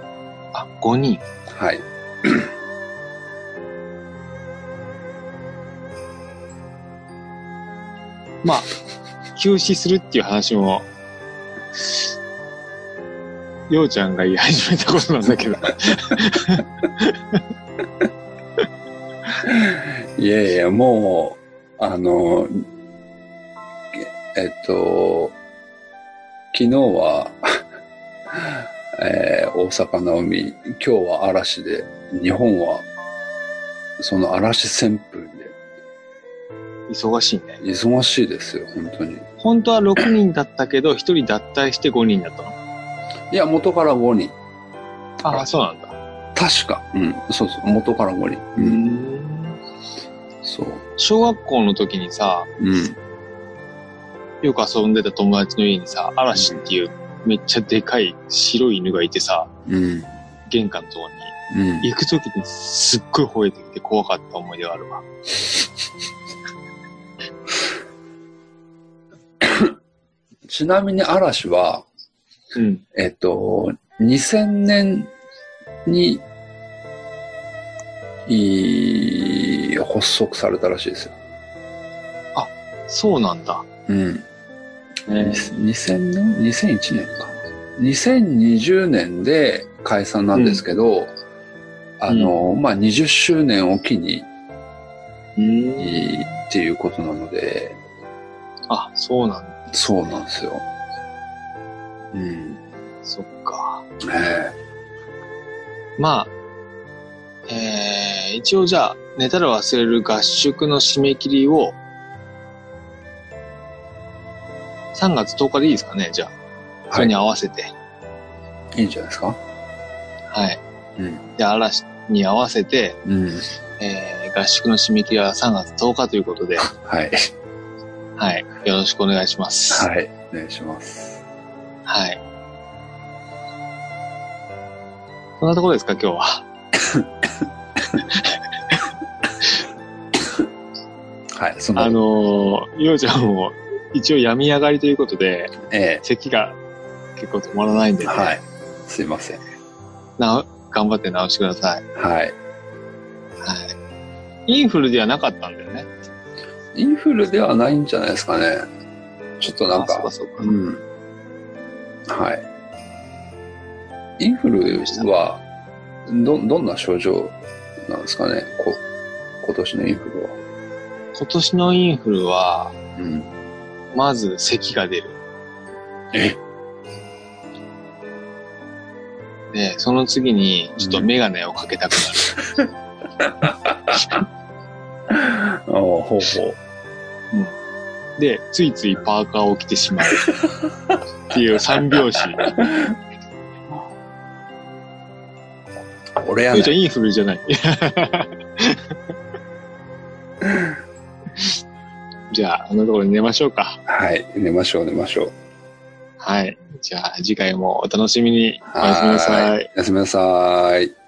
Speaker 3: あ、5人。
Speaker 2: はい。
Speaker 3: まあ、休止するっていう話も、ようちゃんが言い始めたことなんだけど。
Speaker 2: いやいや、もう、あの、ええっと、昨日は、えー大阪なおみ、今日は嵐で、日本は、その嵐旋風で、
Speaker 3: 忙しいね。
Speaker 2: 忙しいですよ、本当に。
Speaker 3: 本当は6人だったけど、1人脱退して5人だったの。
Speaker 2: いや、元から5人。
Speaker 3: ああ、そうなんだ。
Speaker 2: 確か。うん、そうそう、元から5人。うん、そう。
Speaker 3: 小学校の時にさ、
Speaker 2: うん。
Speaker 3: よく遊んでた友達の家にさ、嵐っていうめっちゃでかい白い犬がいてさ、
Speaker 2: うん。
Speaker 3: 玄関のとこに。
Speaker 2: うん。
Speaker 3: 行くときにすっごい吠えてきて怖かった思い出があるわ。
Speaker 2: ちなみに嵐は、
Speaker 3: うん。
Speaker 2: えっと、2000年に、いい発足されたらしいですよ。
Speaker 3: そうなんだ。
Speaker 2: うん。
Speaker 3: え
Speaker 2: 2000年 ?2001 年か。2020年で解散なんですけど、あの、まあ、20周年を機に、
Speaker 3: うん。
Speaker 2: いいっていうことなので、
Speaker 3: あ、そうなんだ。
Speaker 2: そうなんですよ。うん。
Speaker 3: そっか。
Speaker 2: え
Speaker 3: まあ、えー、一応じゃあ、寝たら忘れる合宿の締め切りを、3月10日でいいですかね、じゃあ。
Speaker 2: え
Speaker 3: それに合わせて。
Speaker 2: い、いいんじゃないですか
Speaker 3: はい。
Speaker 2: うん
Speaker 3: で、嵐に合わせて、
Speaker 2: うん。
Speaker 3: えー、合宿の締め切りは3月10日ということ
Speaker 2: (laughs)
Speaker 3: で、
Speaker 2: はい。
Speaker 3: はい。よろしくお願いします。
Speaker 2: はい。お願いします。
Speaker 3: はい。そんなところですか、今日は。
Speaker 2: はい、そ
Speaker 3: あ
Speaker 2: の、
Speaker 3: のー、ようちゃんも、一応病み上がりということで、
Speaker 2: え
Speaker 3: 咳が結構止まらないんで、
Speaker 2: え
Speaker 3: ね
Speaker 2: はい。すいません。
Speaker 3: な頑張って治してください。
Speaker 2: はい。
Speaker 3: はい。インフルではなかったんだよね。
Speaker 2: インフルではないんじゃないですかね。ちょっとなん
Speaker 3: あそう
Speaker 2: か
Speaker 3: か、そうか。
Speaker 2: うん。はい。インフルは、ど、どんな症状なんですかね、こ今年のインフルは。
Speaker 3: 今年のインフルは、
Speaker 2: うん。
Speaker 3: まず咳が出る。
Speaker 2: え
Speaker 3: で、その次に、ちょっとメガネをかけたくなる。
Speaker 2: ああ、ほうほう。
Speaker 3: で、ついついパーカーを着てしまう。っていう三拍子。
Speaker 2: 俺や
Speaker 3: ゆうちゃ
Speaker 2: ね。
Speaker 3: んインフルじ
Speaker 2: (laughs)
Speaker 3: ゃない。じゃあ、あのところに寝ましょうか。
Speaker 2: はい。寝ましょう、寝ましょう。
Speaker 3: はい。じゃあ、次回もお楽しみに。お
Speaker 2: はーい
Speaker 3: やすみなさい。
Speaker 2: おやすみなさーい。